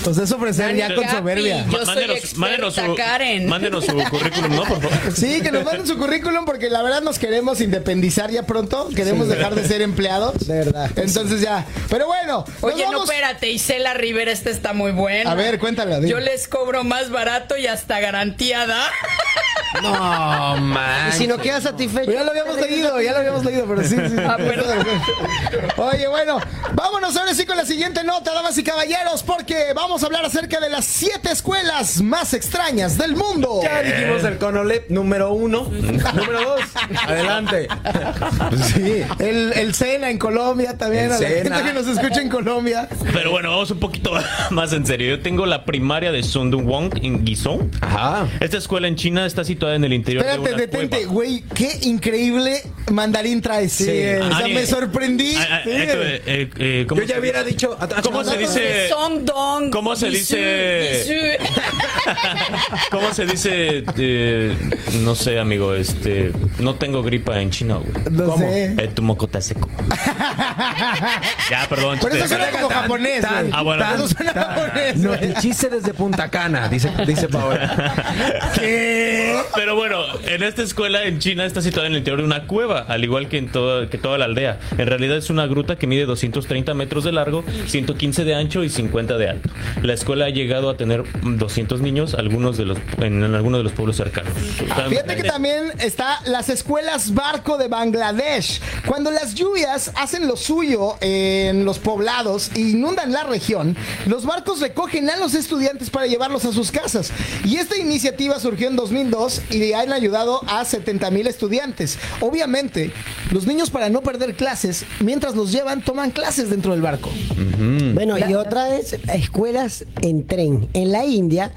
Speaker 3: O sea, es ofrecer ya con
Speaker 4: Capi.
Speaker 3: soberbia.
Speaker 4: Yo soy experta,
Speaker 5: su,
Speaker 4: Karen.
Speaker 5: mándenos su currículum, ¿no? Por favor.
Speaker 3: Sí, que nos manden su currículum porque la verdad nos queremos independizar ya pronto. Queremos dejar de ser empleados. De verdad. Entonces ya. Pero bueno, nos
Speaker 4: Oye, no,
Speaker 3: vamos.
Speaker 4: espérate, Isela Rivera, esta está muy buena.
Speaker 3: A ver, cuéntalo. dime.
Speaker 4: Yo les cobro más barato y hasta garantía da.
Speaker 2: No, man.
Speaker 6: Y si no queda satisfecho.
Speaker 3: Pero ya lo habíamos leído, ya lo habíamos leído, pero sí, sí.
Speaker 4: Ah, perdón.
Speaker 3: Oye, bueno, vámonos ahora sí con la siguiente nota, damas y caballeros, porque vamos a hablar acerca de las siete escuelas más extrañas del mundo.
Speaker 2: Ya dijimos el Conolep número uno. número dos. Adelante. Sí.
Speaker 3: El, el Sena en Colombia también,
Speaker 2: El
Speaker 3: a la
Speaker 2: Sena.
Speaker 3: gente que nos escucha en Colombia.
Speaker 5: Pero bueno, vamos un poquito más en serio. Yo tengo la primaria de Sundung Wong en Guizhou.
Speaker 2: Ajá.
Speaker 5: Esta escuela en China está situada en el interior de
Speaker 3: Espérate,
Speaker 5: una
Speaker 3: detente,
Speaker 5: cueva.
Speaker 3: güey, qué increíble mandarín traes. Sí, o sea,
Speaker 5: Ah,
Speaker 3: me
Speaker 5: eh,
Speaker 3: sorprendí.
Speaker 5: ah, ah,
Speaker 3: Sí.
Speaker 5: eh, eh, eh, ¿cómo
Speaker 2: Yo ya
Speaker 5: se
Speaker 2: hubiera
Speaker 5: dice?
Speaker 2: dicho.
Speaker 5: ¿Cómo se dice?
Speaker 4: Song dong.
Speaker 5: Eh,
Speaker 4: Eh,
Speaker 5: ¿Cómo se
Speaker 4: Bisú,
Speaker 5: dice?
Speaker 4: bisú.
Speaker 5: ¿Cómo se dice? eh, no sé, amigo. Este, no tengo gripa en China, güey.
Speaker 3: No sé.
Speaker 5: Eh, tu moco está seco. ya, perdón.
Speaker 3: Pero eso
Speaker 5: chiste.
Speaker 3: suena como japonés, güey.
Speaker 5: ah, bueno.
Speaker 3: Eso suena japonés.
Speaker 2: No,
Speaker 3: güey.
Speaker 2: el chiste desde Punta Cana, dice, dice Paola. ¿Qué?
Speaker 5: Pero bueno, en esta escuela en China está situada en el interior de una cueva, al igual que en toda, que toda la aldea. En realidad es una gruta que mide 230 metros de largo, 115 de ancho y 50 de alto. La escuela ha llegado a tener 200 niños algunos de los, en, en algunos de los pueblos cercanos.
Speaker 3: Ah, Fíjate que también está las escuelas barco de Bangladesh. Cuando las lluvias hacen lo suyo en los poblados e inundan la región, los barcos recogen a los estudiantes para llevarlos a sus casas. Y esta iniciativa surgió en 2002 y han ayudado a 70 mil estudiantes. Obviamente, los niños para no perder clases, mientras los llevan, toman clases dentro del barco.
Speaker 2: Mm.
Speaker 6: Bueno, y otra es escuelas en tren. En la India,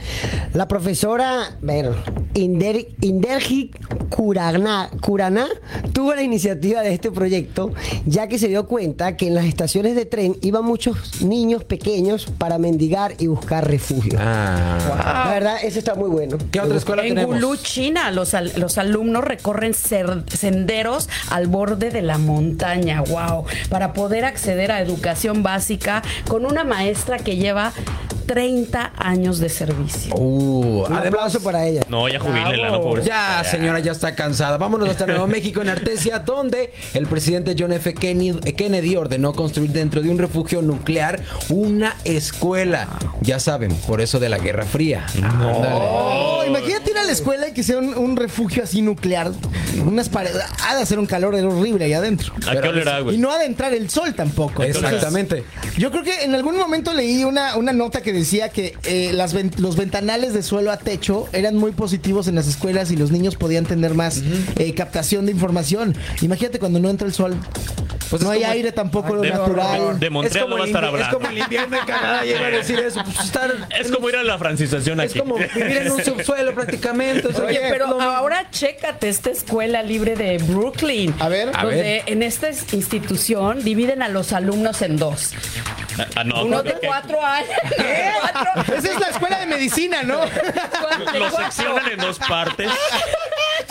Speaker 6: la profesora bueno, Inder, Inderjit Kurana, Kurana tuvo la iniciativa de este proyecto, ya que se dio cuenta que en las estaciones de tren iban muchos niños pequeños para mendigar y buscar refugio. La verdad, eso está muy bueno.
Speaker 2: Ah. ¿Qué otra escuela
Speaker 4: En
Speaker 2: tenemos?
Speaker 4: Gulú, China, los, al- los alumnos recorren cer- senderos al borde de la montaña, wow, para poder acceder a educación básica con una maestra que lleva 30 años de servicio.
Speaker 2: Uh,
Speaker 6: Un aplauso para ella.
Speaker 5: No, ya jubílenla, no, pobre.
Speaker 2: Ya, señora, ya está cansada. Vámonos hasta Nuevo México, en Artesia, donde el presidente John F. Kennedy eh, Kennedy ordenó construir dentro de un refugio nuclear una escuela. Ya saben, por eso de la Guerra Fría. Ándale.
Speaker 3: Oh, imagínate ir a la escuela y que sea un, un refugio así nuclear. Unas paredes. Ha de hacer un calor horrible ahí adentro.
Speaker 5: ¿A qué olerá,
Speaker 3: Y
Speaker 5: güey?
Speaker 3: no ha de entrar el sol tampoco.
Speaker 2: Exactamente.
Speaker 3: Yo creo que en algún momento leí una, una nota que decía que eh, las ven- los ventanales de suelo a techo eran muy positivos en las escuelas y los niños podían tener más eh, captación de información. Imagínate cuando no entra el sol.
Speaker 2: Pues
Speaker 3: no
Speaker 2: es
Speaker 3: hay
Speaker 2: como-
Speaker 3: aire tampoco
Speaker 5: De-
Speaker 3: natural.
Speaker 5: de Montreal no va a estar
Speaker 2: el invi- Es
Speaker 5: hablando.
Speaker 2: como el invierno en Canadá y iba a decir eso. pues, estar-
Speaker 5: Es como ir a la francización
Speaker 2: es
Speaker 5: aquí.
Speaker 2: como vivir en un subsuelo prácticamente. o sea,
Speaker 4: Oye,
Speaker 2: que-
Speaker 4: pero
Speaker 2: no-
Speaker 4: ahora chécate esta escuela libre de Brooklyn.
Speaker 3: A ver.
Speaker 2: A
Speaker 4: donde
Speaker 2: ver.
Speaker 4: en esta institución dividen a los alumnos en dos.
Speaker 5: Ah, no,
Speaker 4: Uno
Speaker 5: creo
Speaker 4: de
Speaker 5: que-
Speaker 4: cuatro años. Cuatro-
Speaker 3: Esa es la escuela de medicina, ¿no?
Speaker 4: cuatro- de
Speaker 5: Lo
Speaker 4: cuatro-
Speaker 5: seccionan en dos partes.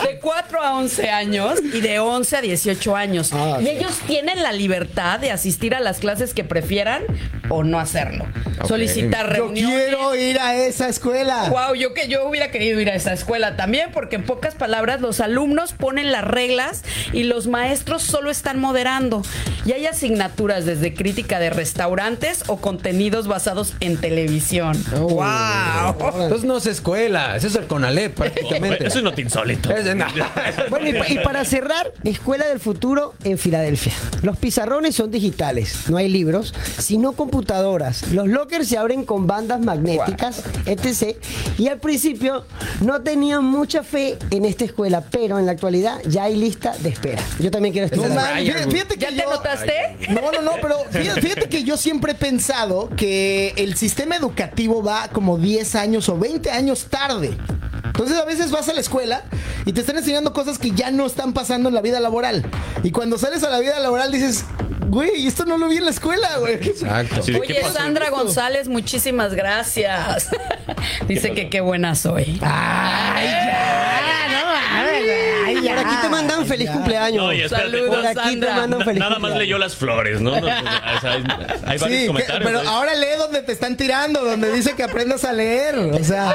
Speaker 4: de 4 a 11 años y de 11 a 18 años.
Speaker 3: Ah,
Speaker 4: y ellos tienen la libertad de asistir a las clases que prefieran o no hacerlo. Solicitar
Speaker 3: Yo
Speaker 4: reuniones.
Speaker 3: quiero ir a esa escuela.
Speaker 4: Wow, yo que yo hubiera querido ir a esa escuela también, porque en pocas palabras los alumnos ponen las reglas y los maestros solo están moderando. Y hay asignaturas desde crítica de restaurantes o contenidos basados en televisión.
Speaker 3: Oh.
Speaker 4: wow.
Speaker 2: Entonces Pues no es escuela, eso es el Conalep prácticamente.
Speaker 5: Eso es no te insólito.
Speaker 2: Es- no.
Speaker 6: Bueno, y, pa- y para cerrar, Escuela del Futuro en Filadelfia. Los pizarrones son digitales, no hay libros, sino computadoras. Los lockers se abren con bandas magnéticas, etc. Y al principio no tenían mucha fe en esta escuela, pero en la actualidad ya hay lista de espera. Yo también quiero
Speaker 3: No
Speaker 6: estudiar.
Speaker 3: man,
Speaker 2: Brian,
Speaker 3: fí-
Speaker 2: güey.
Speaker 3: fíjate que
Speaker 4: ¿Ya te
Speaker 3: yo-
Speaker 4: notaste?
Speaker 3: No, no, no, pero fíjate, fíjate que yo siempre he pensado que el sistema educativo va como 10 años o 20 años tarde. Entonces a veces vas a la escuela y te están enseñando cosas que ya no están pasando en la vida laboral. Y cuando sales a la vida laboral dices, güey, esto no lo vi en la escuela, güey.
Speaker 2: Exacto.
Speaker 5: Así de, ¿qué
Speaker 4: Oye,
Speaker 5: pasó?
Speaker 4: Sandra González, muchísimas gracias. Dice que qué buena soy.
Speaker 6: Por aquí te mandan feliz cumpleaños.
Speaker 5: No, y espérate.
Speaker 4: Saludos,
Speaker 6: Por aquí te
Speaker 4: Sandra.
Speaker 6: mandan
Speaker 5: Na-
Speaker 6: feliz
Speaker 5: nada más
Speaker 6: cumpleaños.
Speaker 5: leyó las flores, ¿no? No, no, no, o sea, hay, hay varios
Speaker 3: Sí, que-
Speaker 5: comentarios.
Speaker 3: pero
Speaker 5: ¿no?
Speaker 3: ahora lee donde te están tirando, donde dice que aprendas a leer. O sea.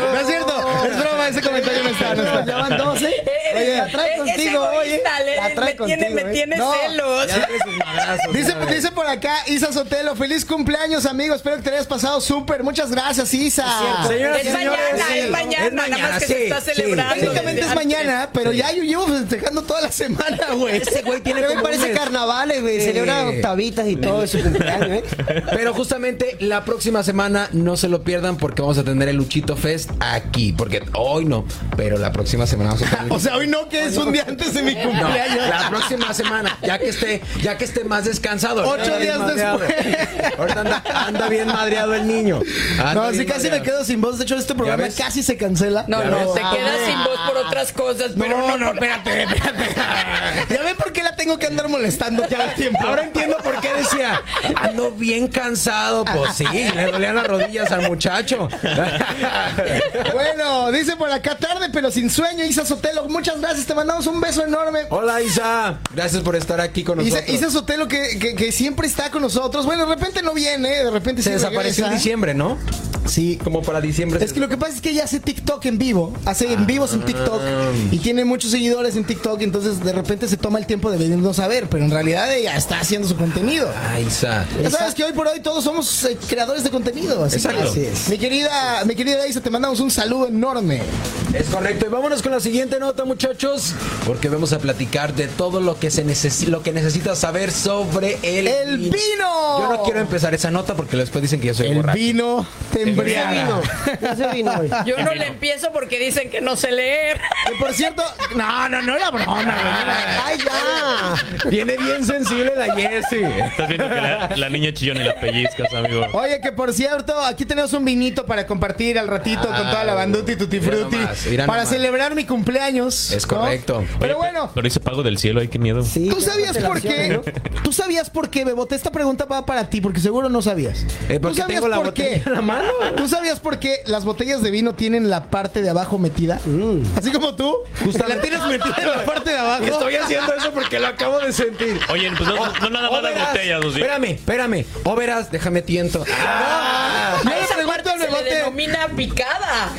Speaker 3: no es cierto, es broma, ese comentario no está. No está.
Speaker 6: Ya van Eh, 12.
Speaker 3: Oye, la trae
Speaker 4: Es- es
Speaker 3: contigo, oye.
Speaker 4: egoísta, le-
Speaker 3: La trae
Speaker 4: me tiene-
Speaker 3: contigo,
Speaker 4: me
Speaker 3: eh.
Speaker 4: tiene celos.
Speaker 3: ya dale sus madrazos,
Speaker 2: Dice,
Speaker 3: Dice, dice por acá Isa Sotelo, feliz cumpleaños, amigo. Espero que te hayas pasado súper. Muchas gracias, Isa.
Speaker 4: Es,
Speaker 2: Señoras y
Speaker 4: mañana,
Speaker 2: señores,
Speaker 4: es
Speaker 2: sí.
Speaker 4: mañana,
Speaker 2: Es
Speaker 4: nada
Speaker 2: mañana,
Speaker 4: más que
Speaker 2: sí,
Speaker 4: se está
Speaker 2: sí.
Speaker 4: celebrando.
Speaker 3: Técnicamente
Speaker 4: desde
Speaker 3: es mañana, pero ya yo llevo festejando toda la semana, eh, güey.
Speaker 6: Ese güey tiene
Speaker 3: Pero me
Speaker 6: como
Speaker 3: parece
Speaker 6: parece carnavales, güey.
Speaker 2: Sí.
Speaker 6: Celebra octavitas y todo su cumpleaños, ¿eh?
Speaker 2: Pero justamente la próxima semana no se lo pierdan porque vamos a tener el Luchito Fest aquí. Porque hoy no, pero la próxima semana vamos a tener. el
Speaker 3: O sea, hoy no, que es un día antes de mi
Speaker 2: No,
Speaker 3: cumpleaños.
Speaker 2: la próxima semana, ya que esté, ya que esté más descansado.
Speaker 3: Ocho
Speaker 2: Anda bien
Speaker 3: días
Speaker 2: madreado.
Speaker 3: después.
Speaker 2: Ahorita anda, anda bien madreado el niño. Anda
Speaker 3: No, sí,
Speaker 2: bien
Speaker 3: casi me
Speaker 2: madreado.
Speaker 3: quedo sin voz. De hecho, este programa
Speaker 2: ves?
Speaker 3: casi se cancela.
Speaker 4: No,
Speaker 2: Ya
Speaker 4: no,
Speaker 2: ves.
Speaker 4: te
Speaker 3: Ah,
Speaker 4: quedas sin voz por otras cosas, pero no,
Speaker 2: espérate, espérate.
Speaker 3: Ya ven por qué la tengo que andar molestando todo el tiempo.
Speaker 2: Ahora entiendo por qué decía, ando bien cansado. Pues sí, le dolían las rodillas al muchacho.
Speaker 3: Bueno, dice por acá tarde, pero sin sueño, Isa Sotelo. Muchas gracias, te mandamos un beso enorme.
Speaker 2: Hola Isa, gracias por estar aquí con
Speaker 3: Isa,
Speaker 2: nosotros.
Speaker 3: Isa Sotelo que, que- que siempre está con nosotros. Bueno, de repente no viene, de repente
Speaker 2: se
Speaker 3: sí
Speaker 2: desapareció en
Speaker 3: regresa.
Speaker 2: diciembre, ¿no?
Speaker 3: Sí.
Speaker 2: Como para diciembre.
Speaker 3: Es que lo que pasa es que ella hace TikTok en vivo, hace en vivos en TikTok y tiene muchos seguidores en TikTok, entonces de repente se toma el tiempo de venirnos a ver, pero en realidad ella está haciendo su contenido.
Speaker 2: Ah, Isa.
Speaker 3: Ya sabes que hoy por hoy todos somos eh, creadores de contenido. Así que-
Speaker 2: Exacto.
Speaker 3: Así es. Mi querida, mi querida Isa, te mandamos un saludo enorme.
Speaker 2: Es correcto. Y vámonos con la siguiente nota, muchachos, porque vamos a platicar de todo lo que se necesi- lo que necesitas saber sobre el,
Speaker 3: ¡El vino!
Speaker 2: Yo no quiero empezar esa nota porque después dicen que yo soy
Speaker 3: El
Speaker 2: borracho.
Speaker 3: vino te embriaga.
Speaker 6: Vino. Ya se vino hoy.
Speaker 4: yo no le empiezo porque dicen que no sé leer.
Speaker 3: Que por cierto, no, no, no era broma.
Speaker 6: ¡Ay, ya!
Speaker 2: Viene bien sensible la Jessie.
Speaker 5: Estás viendo que la, la niña chillona y la pellizcas, amigo.
Speaker 3: Oye, que por cierto, aquí tenemos un vinito para compartir al ratito con toda la banduta y tutti
Speaker 2: Ah, mira
Speaker 3: frutti.
Speaker 2: nomás, mira
Speaker 3: para
Speaker 2: nomás.
Speaker 3: celebrar mi cumpleaños.
Speaker 2: Es
Speaker 3: ¿no?
Speaker 2: correcto.
Speaker 3: Pero
Speaker 5: Oye,
Speaker 3: bueno,
Speaker 5: Pero dice pago del cielo, ay, qué miedo.
Speaker 6: Sí,
Speaker 3: ¿tú
Speaker 6: ya
Speaker 3: sabías
Speaker 6: te la
Speaker 3: por qué?
Speaker 6: hicieron,
Speaker 3: ¿Tú sabías por qué, Bebote? Esta pregunta va para ti, porque seguro no sabías.
Speaker 2: Eh,
Speaker 3: ¿Tú
Speaker 2: porque
Speaker 3: sabías
Speaker 2: tengo la
Speaker 3: por
Speaker 2: botella
Speaker 3: qué?
Speaker 2: en la mano.
Speaker 3: ¿Tú sabías por qué las botellas de vino tienen la parte de abajo metida?
Speaker 2: Mm.
Speaker 3: Así como tú. La tienes metida en la parte de abajo.
Speaker 2: Estoy haciendo eso porque lo acabo de sentir.
Speaker 5: Oye, pues no, no nada
Speaker 2: Oh,
Speaker 5: más las botellas, o sea.
Speaker 2: Espérame, espérame. O verás, déjame tiento.
Speaker 3: Yo
Speaker 4: A
Speaker 3: le
Speaker 4: esa
Speaker 3: pregunto
Speaker 4: parte
Speaker 3: al
Speaker 4: se le
Speaker 3: Bebote,
Speaker 4: denomina picada.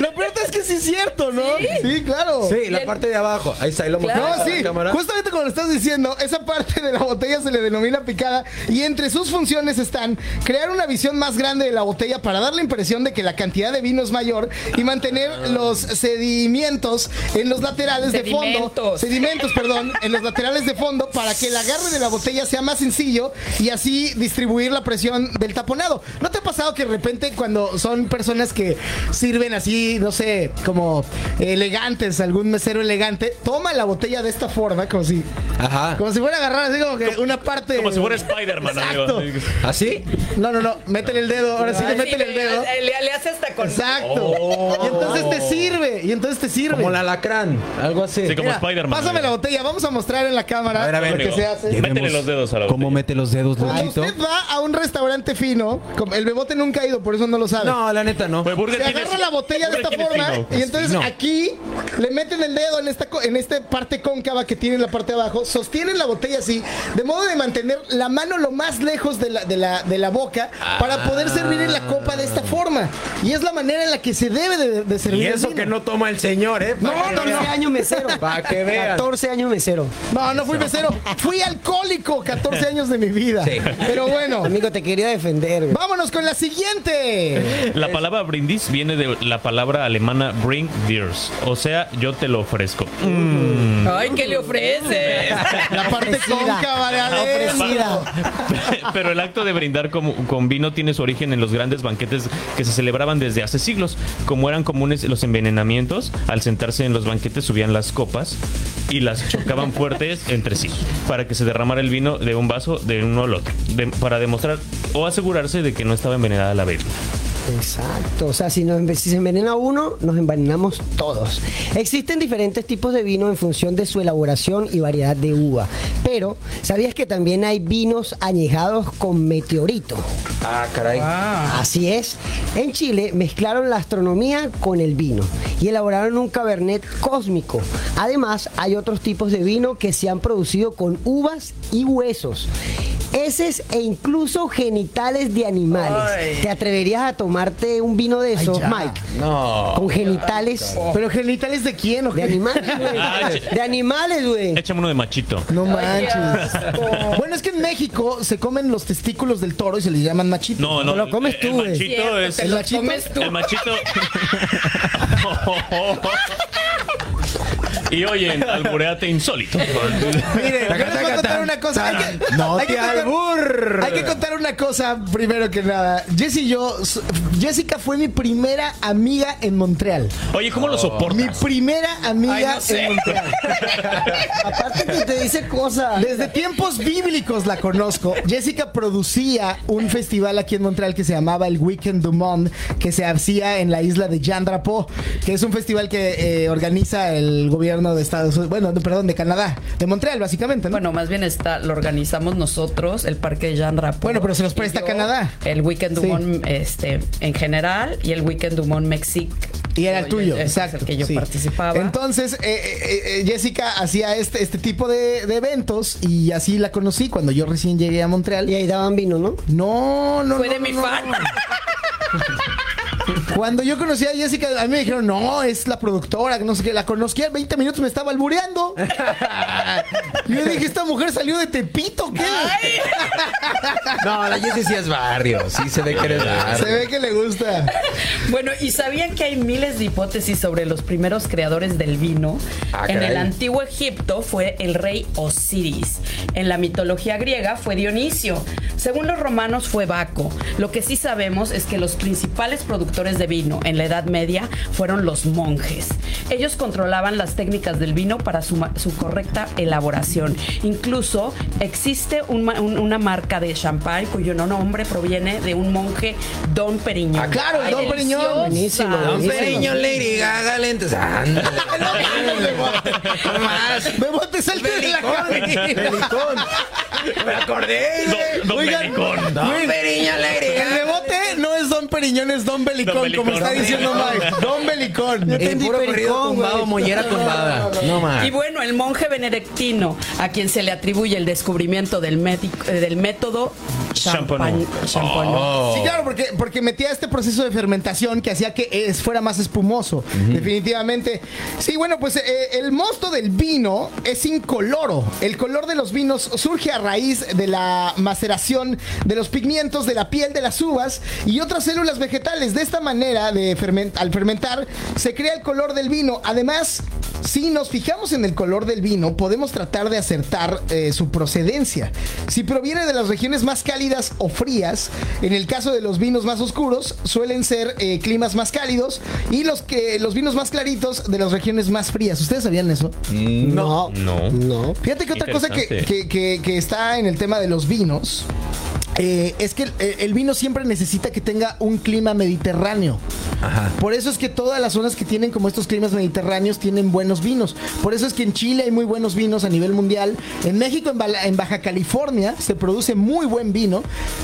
Speaker 3: Lo peor es que sí es cierto, ¿no? Sí, claro.
Speaker 2: Sí, la
Speaker 4: Bien.
Speaker 2: parte de abajo. Ahí está, ahí lo mostré
Speaker 4: Claro.
Speaker 2: a
Speaker 3: No,
Speaker 2: la
Speaker 3: sí,
Speaker 2: cámara.
Speaker 3: justamente como lo estás diciendo, esa parte de la botella se le denomina picada y entre sus funciones están crear una visión más grande de la botella para dar la impresión de que la cantidad de vino es mayor y mantener los sedimentos en los laterales de fondo.
Speaker 4: Sedimentos.
Speaker 3: Sedimentos, perdón, en los laterales de fondo para que el agarre de la botella sea más sencillo y así distribuir la presión del taponado. ¿No te ha pasado que de repente cuando son personas que sirven así, no sé, como elegantes, algún mesero elegante, toma la botella de esta forma, como si
Speaker 2: Ajá.
Speaker 3: Como si fuera a agarrar así como que una parte.
Speaker 5: Como si fuera Spider-Man, amigo.
Speaker 3: Exacto.
Speaker 2: ¿Así?
Speaker 3: No, no, no. Métele el dedo. Ahora sí, le métele el dedo.
Speaker 4: Le, le hace hasta con.
Speaker 3: Exacto. Y entonces te sirve. Y entonces te sirve.
Speaker 2: Oh. Como el alacrán, algo así.
Speaker 5: Sí, como
Speaker 3: Mira,
Speaker 5: Spider-Man.
Speaker 3: Pásame la
Speaker 5: amigo.
Speaker 3: botella. Vamos a mostrar en la cámara
Speaker 2: A ver, a ver,
Speaker 3: lo que
Speaker 5: amigo.
Speaker 3: se hace.
Speaker 5: Ya Métele los dedos a la
Speaker 2: ¿Cómo
Speaker 5: botella.
Speaker 2: mete los dedos,
Speaker 3: Cuando
Speaker 2: Luchito?
Speaker 3: usted va a un restaurante fino, como- el bebote nunca ha ido, por eso no lo sabe.
Speaker 2: No, la neta no.
Speaker 5: Pues Burger
Speaker 3: Se
Speaker 5: King
Speaker 3: agarra
Speaker 5: es-
Speaker 3: la botella de
Speaker 5: Burger
Speaker 3: esta
Speaker 5: King es
Speaker 3: forma
Speaker 5: fino.
Speaker 2: pues,
Speaker 3: y entonces
Speaker 2: No.
Speaker 3: aquí le meten el dedo en esta, co- en esta parte cóncava que tiene en la parte de abajo, sostienen la botella así, de modo de mantener la mano lo más lejos de la, de la, de la boca para poder servir en la copa de esta forma. Y es la manera en la que se debe de, de servir.
Speaker 2: Y
Speaker 3: el
Speaker 2: eso
Speaker 3: vino.
Speaker 2: que no toma el señor, ¿eh?
Speaker 3: No, no,
Speaker 6: 14
Speaker 3: no.
Speaker 6: años mesero.
Speaker 2: Para que vean.
Speaker 6: 14 años mesero.
Speaker 3: No, no fui mesero. Fui alcohólico 14 años de mi vida. Pero bueno,
Speaker 6: Amigo, te quería defender. güey.
Speaker 3: vámonos con la siguiente.
Speaker 5: La palabra brindis viene de la palabra alemana bring beers, o sea, yo te lo ofrezco.
Speaker 3: Mm.
Speaker 4: Ay, ¿qué le ofrece?
Speaker 3: La parte
Speaker 6: Ofrecida.
Speaker 3: cóncava de adentro.
Speaker 6: Ofrecida.
Speaker 5: Ah, Pero el acto de brindar como- con vino tiene su origen en los grandes banquetes que se celebraban desde hace siglos. Como eran comunes los envenenamientos, al sentarse en los banquetes subían las copas y las chocaban fuertes entre sí para que se derramara el vino de un vaso de uno al otro, de- para demostrar o asegurarse de que no estaba envenenada la bebida.
Speaker 6: Exacto. O sea, si, nos, si se envenena uno, nos envenenamos todos. Existen diferentes tipos de vino en función de su elaboración y variedad de uva. Pero, ¿sabías que también hay vinos añejados con meteorito?
Speaker 2: Ah, caray.
Speaker 6: Así es. En Chile mezclaron la astronomía con el vino y elaboraron un cabernet cósmico. Además, hay otros tipos de vino que se han producido con uvas y huesos, heces e incluso genitales de animales. ¿Te atreverías a tomarte un vino de esos, Mike?
Speaker 2: No.
Speaker 6: Con genitales
Speaker 3: ¿Pero genitales de quién? o
Speaker 6: de
Speaker 3: qué?
Speaker 6: animales, güey. De animales, güey.
Speaker 5: Échame uno de machito.
Speaker 3: No manches. Bueno, es que en México se comen los testículos del toro y se les llaman machitos.
Speaker 5: No, no.
Speaker 6: Te lo comes tú,
Speaker 5: el
Speaker 6: güey.
Speaker 5: machito
Speaker 4: Cierto,
Speaker 5: es
Speaker 4: te
Speaker 3: ¿El
Speaker 4: lo
Speaker 3: machito?
Speaker 4: comes tú.
Speaker 5: El machito. y oyen, albureate insólito.
Speaker 3: Miren, yo les voy a contar una cosa. Hay que,
Speaker 2: No
Speaker 3: hay que
Speaker 2: te
Speaker 3: contar-
Speaker 2: albur.
Speaker 3: Hay que contar una cosa primero que nada. Jess y yo, s- Jessica fue mi primera amiga en Montreal.
Speaker 5: Oye, ¿cómo lo
Speaker 3: Mi
Speaker 5: soportas?
Speaker 3: primera amiga
Speaker 10: Ay, no sé.
Speaker 3: en Montreal.
Speaker 6: Aparte que te dice cosas.
Speaker 3: Desde tiempos bíblicos la conozco. Jessica producía un festival aquí en Montreal que se llamaba el Weekend du Monde, que se hacía en la isla de Yandrapó, que es un festival que eh, organiza el gobierno de Estados Unidos, bueno, de- perdón, de Canadá, de Montreal, básicamente, ¿no?
Speaker 4: Bueno, más bien está, lo organizamos nosotros, el parque de Jean Rapport.
Speaker 3: Bueno, pero se los
Speaker 4: y
Speaker 3: presta
Speaker 4: yo,
Speaker 3: Canadá.
Speaker 4: El Weekend
Speaker 3: Sí.
Speaker 4: Dumont este, en general y el Weekend Dumont Mexique.
Speaker 3: Y era el
Speaker 4: Yo-
Speaker 3: tuyo,
Speaker 4: ese es
Speaker 3: exacto.
Speaker 4: El que yo
Speaker 3: sí.
Speaker 4: participaba.
Speaker 3: Entonces, eh, eh, eh, Jessica hacía este, este tipo de, de eventos y así la conocí cuando yo recién llegué a Montreal.
Speaker 6: Y ahí daban vino, ¿no?
Speaker 3: No, no,
Speaker 4: Fue
Speaker 3: no,
Speaker 4: de mi
Speaker 3: no,
Speaker 4: fan.
Speaker 3: Cuando yo conocí a Jessica, a mí me dijeron, no, es la productora, que no sé qué, la conocí a 20 minutos, me estaba albureando. yo dije, esta mujer salió de Tepito, ¿qué?
Speaker 2: No, la Jessy sí es barrio. Sí se ve que eres barrio.
Speaker 3: Se ve que le gusta.
Speaker 4: Bueno, y sabían que hay miles de hipótesis sobre los primeros creadores del vino.
Speaker 2: Ah,
Speaker 4: en
Speaker 2: caray.
Speaker 4: el antiguo Egipto fue el rey Osiris. En la mitología griega fue Dionisio. Según los romanos fue Baco. Lo que sí sabemos es que los principales productores de vino en la Edad Media fueron los monjes. Ellos controlaban las técnicas del vino para su, ma- su correcta elaboración. Incluso existe un ma- un- una marca de champán cuyo nombre proviene de un monje Don Periñón.
Speaker 3: Ah, claro, el
Speaker 4: Ay,
Speaker 3: Don Periñón.
Speaker 4: deliciosa.
Speaker 6: Buenísimo, buenísimo.
Speaker 2: Peño, Lady Gaga, lentes. Ándale.
Speaker 3: Bebote, salte de la cabina.
Speaker 2: Me acordé.
Speaker 5: Don, don
Speaker 3: Oigan,
Speaker 5: Belicón.
Speaker 3: Oigan, El rebote no es Don Periñón, es Don Belicón,
Speaker 5: Don
Speaker 3: como
Speaker 5: Belicón.
Speaker 3: está diciendo Mike. Don Belicón.
Speaker 2: El puro corrido tumbado, mollera tumbada. No
Speaker 4: Y
Speaker 2: más.
Speaker 4: bueno, el monje benedictino, a quien se le atribuye el descubrimiento del, médico- eh, del método
Speaker 5: Champano.
Speaker 4: champan- champano.
Speaker 5: Oh,
Speaker 3: Sí, claro, porque, porque metía este proceso de fermentación que hacía que es, fuera más espumoso, definitivamente. Sí, bueno, pues eh, el mosto del vino es incoloro. El color de los vinos surge a raíz de la maceración de los pigmentos de la piel de las uvas y otras células vegetales. De esta manera, de fermen- al fermentar, se crea el color del vino. Además, Si nos fijamos en el color del vino, podemos tratar de acertar eh, su procedencia. Si proviene de las regiones más cálidas o frías, en el caso de los vinos más oscuros, suelen ser eh, climas más cálidos y los, que, los vinos más claritos de las regiones más frías. ¿Ustedes sabían eso?
Speaker 6: No.
Speaker 5: No.
Speaker 6: No.
Speaker 3: Fíjate que otra cosa que,
Speaker 5: Interesante.
Speaker 3: que- que- que está en el tema de los vinos eh, es que el, el vino siempre necesita que tenga un clima mediterráneo.
Speaker 2: Ajá.
Speaker 3: Por eso es que todas las zonas que tienen como estos climas mediterráneos tienen buenos vinos. Por eso es que en Chile hay muy buenos vinos a nivel mundial. En México, en, Bala- en Baja California, se produce muy buen vino.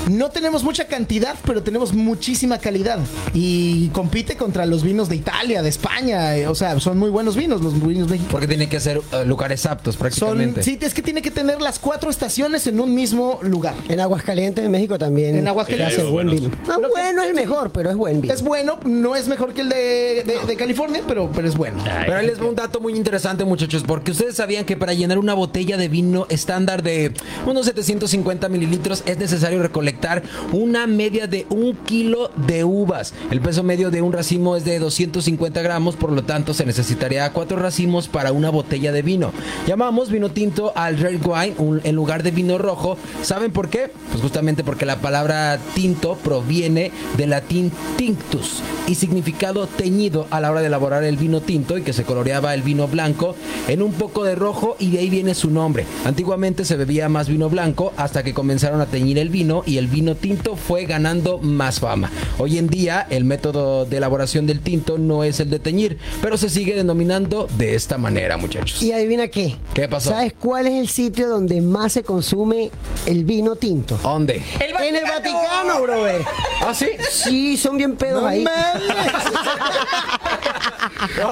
Speaker 3: No tenemos mucha cantidad, pero tenemos muchísima calidad. Y compite contra los vinos de Italia, de España. eh, O sea, son muy buenos vinos los vinos mexicanos.
Speaker 2: Porque tiene que ser eh, lugares aptos
Speaker 3: Son,
Speaker 2: prácticamente.
Speaker 3: sí, es que tiene que tener las cuatro estaciones en un mismo lugar.
Speaker 6: En Aguascalientes, en México también.
Speaker 3: En
Speaker 5: Eh,
Speaker 3: Aguascalientes.
Speaker 6: hace buen
Speaker 10: Buenos.
Speaker 6: vino. No, bueno, es el mejor, pero es buen vino.
Speaker 3: Es bueno, no es mejor que el de, de- de California, pero, pero es bueno.
Speaker 2: Pero ahí les va un dato muy interesante, muchachos, porque ustedes sabían que para llenar una botella de vino estándar de unos 750 mililitros es necesario recolectar una media de un kilo de uvas. El peso medio de un racimo es de 250 gramos, por lo tanto se necesitaría cuatro racimos para una botella de vino. Llamamos vino tinto al red wine un- en lugar de vino rojo. ¿Saben por qué? Pues justamente porque la palabra tinto proviene del latín tinctus y significado teñido a la hora de elaborar el vino tinto y que se coloreaba el vino blanco en un poco de rojo y de ahí viene su nombre. Antiguamente se bebía más vino blanco hasta que comenzaron a teñir el vino y el vino tinto fue ganando más fama. Hoy en día el método de elaboración del tinto no es el de teñir, pero se sigue denominando de esta manera, muchachos.
Speaker 6: Y adivina qué.
Speaker 2: ¿Qué pasó?
Speaker 6: ¿Sabes cuál es el sitio donde más se consume el vino tinto?
Speaker 2: ¿Dónde?
Speaker 6: En el Vaticano, brother.
Speaker 2: ¿Ah, sí?
Speaker 6: Sí, son bien pedos ahí.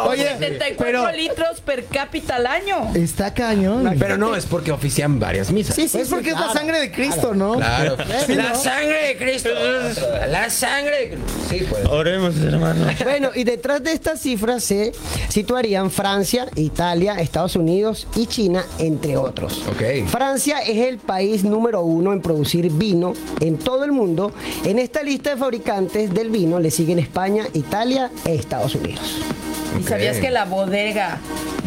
Speaker 3: Oye,
Speaker 4: 74
Speaker 3: pero
Speaker 4: litros per cápita al año.
Speaker 3: está cañón.
Speaker 2: Pero no, es porque ofician varias misas.
Speaker 6: Sí, sí,
Speaker 3: es
Speaker 6: sí,
Speaker 3: porque es
Speaker 6: claro.
Speaker 3: la sangre de Cristo, ¿no?
Speaker 2: Claro.
Speaker 3: Sí,
Speaker 2: la
Speaker 3: ¿no?
Speaker 2: sangre de Cristo. La sangre de Cristo. Sí, pues.
Speaker 5: Oremos, hermano.
Speaker 6: Bueno, y detrás de estas cifras se situarían Francia, Italia, Estados Unidos y China, entre otros.
Speaker 2: Ok.
Speaker 6: Francia es el país número uno en producir vino en todo el mundo. En esta lista de fabricantes del vino le siguen España, Italia e Estados Unidos.
Speaker 4: ¿Y sabías que la bodega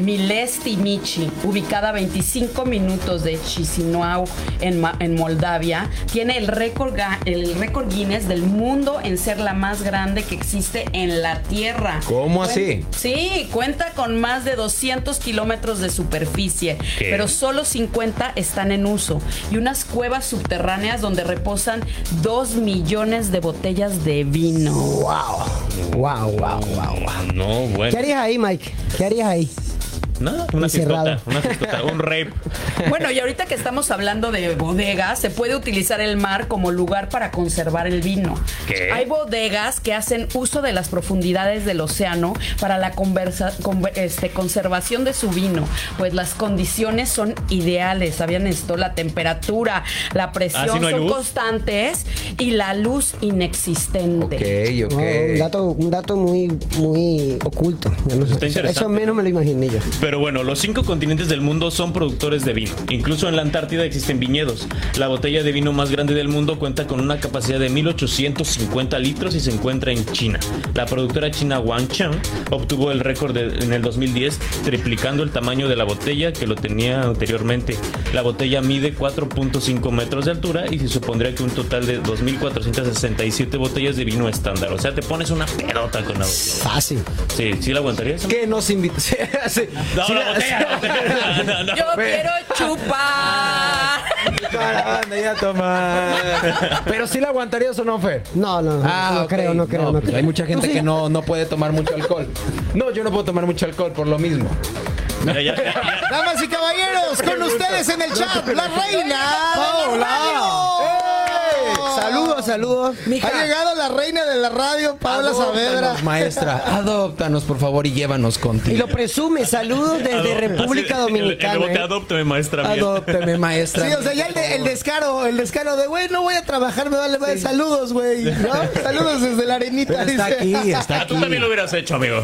Speaker 4: Milesti Michi, ubicada a 25 minutos de Chisinau en, Ma- en Moldavia, tiene el récord, ga- el récord Guinness del mundo en ser la más grande que existe en la Tierra?
Speaker 2: ¿Cómo así?
Speaker 4: Sí, cuenta con más de 200 kilómetros de superficie,
Speaker 5: ¿Qué?
Speaker 4: pero solo 50 están en uso y unas cuevas subterráneas donde reposan 2 millones de botellas de vino.
Speaker 6: ¡Wow! ¡Wow, wow, wow!
Speaker 5: No,
Speaker 6: ¿Qué
Speaker 5: bueno.
Speaker 6: harías ahí, Mike? ¿Qué harías ahí?
Speaker 5: Nada, una
Speaker 6: Encerrado.
Speaker 5: fiestota, una fiestota, un rape.
Speaker 4: Bueno, y ahorita que estamos hablando de bodegas, se puede utilizar el mar como lugar para conservar el vino.
Speaker 5: ¿Qué?
Speaker 4: Hay bodegas que hacen uso de las profundidades del océano para la conversa- conver- este, conservación de su vino, pues las condiciones son ideales, ¿sabían esto? La temperatura, la presión
Speaker 5: Ah, ¿sí no hay
Speaker 4: son
Speaker 5: luz?
Speaker 4: constantes y la luz inexistente.
Speaker 2: ok.
Speaker 6: Oh, un, dato, un dato muy, muy oculto. Ya no sé.
Speaker 5: Está
Speaker 6: Eso- Eso
Speaker 5: interesante.
Speaker 6: menos me lo imaginé yo.
Speaker 5: Pero bueno, los cinco continentes del mundo son productores de vino. Incluso en la Antártida existen viñedos. La botella de vino más grande del mundo cuenta con una capacidad de 1850 litros y se encuentra en China. La productora china Wang Chang obtuvo el récord de- en el 2010 triplicando el tamaño de la botella que lo tenía anteriormente. La botella mide 4.5 metros de altura y se supondría que un total de 2.467 botellas de vino estándar. O sea, te pones una pedota con la botella.
Speaker 6: Fácil.
Speaker 5: Sí, ¿sí la aguantarías?
Speaker 2: ¿Qué nos invita? Sí, sí,
Speaker 5: No,
Speaker 2: sí,
Speaker 5: la botella, la botella. No, no, no.
Speaker 4: Yo quiero chupar.
Speaker 2: Toda la banda ya toma. Pero sí la aguantarías o no, Fer.
Speaker 6: No, no, no, no
Speaker 2: Ah, ok.
Speaker 6: creo, no creo, no,
Speaker 2: pues
Speaker 6: creo.
Speaker 2: Hay mucha gente que no, no puede tomar mucho alcohol. No, yo no puedo tomar mucho alcohol por lo mismo.
Speaker 5: Ya, ya, ya.
Speaker 3: Damas y caballeros, con ustedes en el chat, la reina Paola.
Speaker 6: Saludos, saludos.
Speaker 3: Ha llegado la reina de la radio, Paola Saavedra.
Speaker 2: Adóptanos, maestra. Adóptanos, por favor, y llévanos
Speaker 6: Y
Speaker 2: contigo.
Speaker 6: lo presume, saludos desde
Speaker 5: Así,
Speaker 6: República
Speaker 5: el- El,
Speaker 6: Dominicana.
Speaker 5: bote
Speaker 6: ¿eh?
Speaker 5: adóptame, maestra. mía.
Speaker 2: Adópteme, maestra.
Speaker 3: Sí, o sea, ya el, de- el descaro, el descaro de, güey, no voy a trabajar, me vale, vale, saludos, güey, ¿no? Saludos desde la arenita.
Speaker 2: Pero está
Speaker 3: dice.
Speaker 2: aquí, está
Speaker 5: Ah, tú
Speaker 2: aquí.
Speaker 5: también lo hubieras hecho, amigo.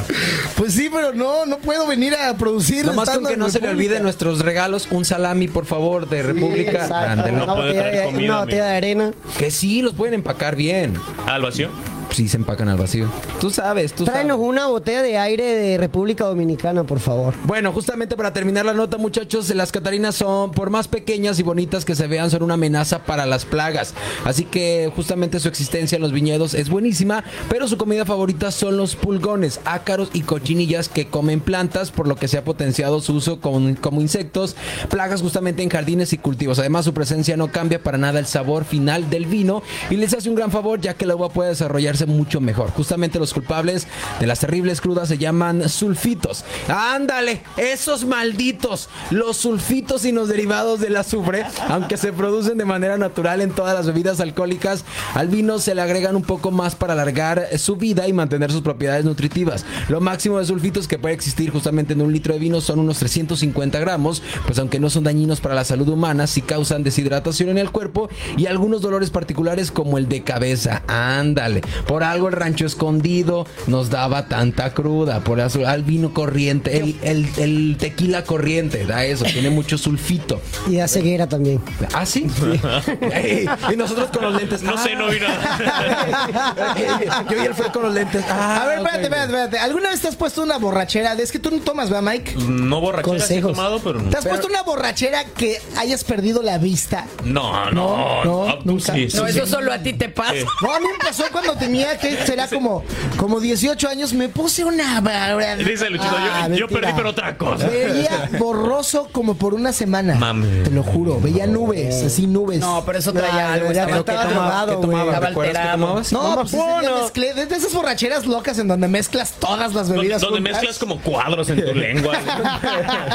Speaker 3: Pues sí, pero no, no puedo venir a producir.
Speaker 2: Nomás con
Speaker 3: estando
Speaker 2: que
Speaker 3: en
Speaker 2: no se le
Speaker 3: República.
Speaker 2: olvide nuestros regalos, un salami, por favor, de República.
Speaker 6: Exacto,
Speaker 2: Ándale.
Speaker 6: una
Speaker 5: No puede
Speaker 6: botella
Speaker 5: traer
Speaker 6: de-
Speaker 5: comida,
Speaker 6: una botella de arena.
Speaker 2: Que sí, los pueden empacar bien.
Speaker 5: Ah, ¿lo vacío?
Speaker 2: sí se empacan al vacío. Tú sabes, tú sabes.
Speaker 6: Tráenos una botella de aire de República Dominicana, por favor.
Speaker 2: Bueno, justamente para terminar la nota, muchachos, las catarinas son, por más pequeñas y bonitas que se vean, son una amenaza para las plagas. Así que justamente su existencia en los viñedos es buenísima, pero su comida favorita son los pulgones, ácaros y cochinillas que comen plantas, por lo que se ha potenciado su uso con- como insectos, plagas justamente en jardines y cultivos. Además, su presencia no cambia para nada el sabor final del vino y les hace un gran favor ya que la uva puede desarrollarse mucho mejor. Justamente los culpables de las terribles crudas se llaman sulfitos. Ándale, esos malditos, los sulfitos y los derivados del azufre, aunque se producen de manera natural en todas las bebidas alcohólicas, al vino se le agregan un poco más para alargar su vida y mantener sus propiedades nutritivas. Lo máximo de sulfitos que puede existir justamente en un litro de vino son unos 350 gramos, pues aunque no son dañinos para la salud humana, sí causan deshidratación en el cuerpo y algunos dolores particulares como el de cabeza. Ándale, por algo el rancho escondido nos daba tanta cruda, por eso al vino corriente, el, el- el tequila corriente, da eso, tiene mucho sulfito.
Speaker 6: Y da ceguera también.
Speaker 2: ¿Ah, sí? Ey, y nosotros con los lentes.
Speaker 5: No sé, no vi
Speaker 2: ah, Yo y el Fred con los lentes. Ah,
Speaker 3: A ver, espérate,
Speaker 2: ok.
Speaker 3: espérate, espérate. ¿Alguna vez te has puesto una borrachera? Es que tú no tomas, ¿verdad, Mike?
Speaker 5: No borrachera, sí he
Speaker 6: Consejos.
Speaker 5: tomado, pero no.
Speaker 3: ¿Te has puesto una borrachera que hayas perdido la vista?
Speaker 5: No, no,
Speaker 3: no,
Speaker 5: Ah,
Speaker 3: nunca.
Speaker 5: sí, sí,
Speaker 4: No,
Speaker 5: sí.
Speaker 4: eso solo a ti te pasa.
Speaker 5: Sí.
Speaker 3: No, a mí me pasó cuando tenía que será como, como 18 años, me puse una barra-
Speaker 5: Dice Luchito, yo-
Speaker 3: Ah,
Speaker 5: yo,
Speaker 3: mentira.
Speaker 5: perdí, pero otra cosa.
Speaker 3: Veía borroso como por una semana.
Speaker 5: Mami.
Speaker 3: Te lo juro, veía nubes, así nubes.
Speaker 4: No, pero eso traía
Speaker 3: Ya,
Speaker 4: algo,
Speaker 3: ya
Speaker 4: estaba-
Speaker 3: estaba
Speaker 4: ¿qué tomaba?
Speaker 3: drogado,
Speaker 4: ¿Qué tomaba?
Speaker 3: güey.
Speaker 4: Estaba
Speaker 2: ¿Recuerdas que
Speaker 4: alterado.
Speaker 2: tomabas?
Speaker 3: No,
Speaker 2: Tomabas
Speaker 3: pues ese día
Speaker 2: uno.
Speaker 3: mezclé- es de esas borracheras locas en donde mezclas todas las bebidas.
Speaker 5: Donde
Speaker 3: juntas.
Speaker 5: mezclas como cuadros en tu lengua. ah,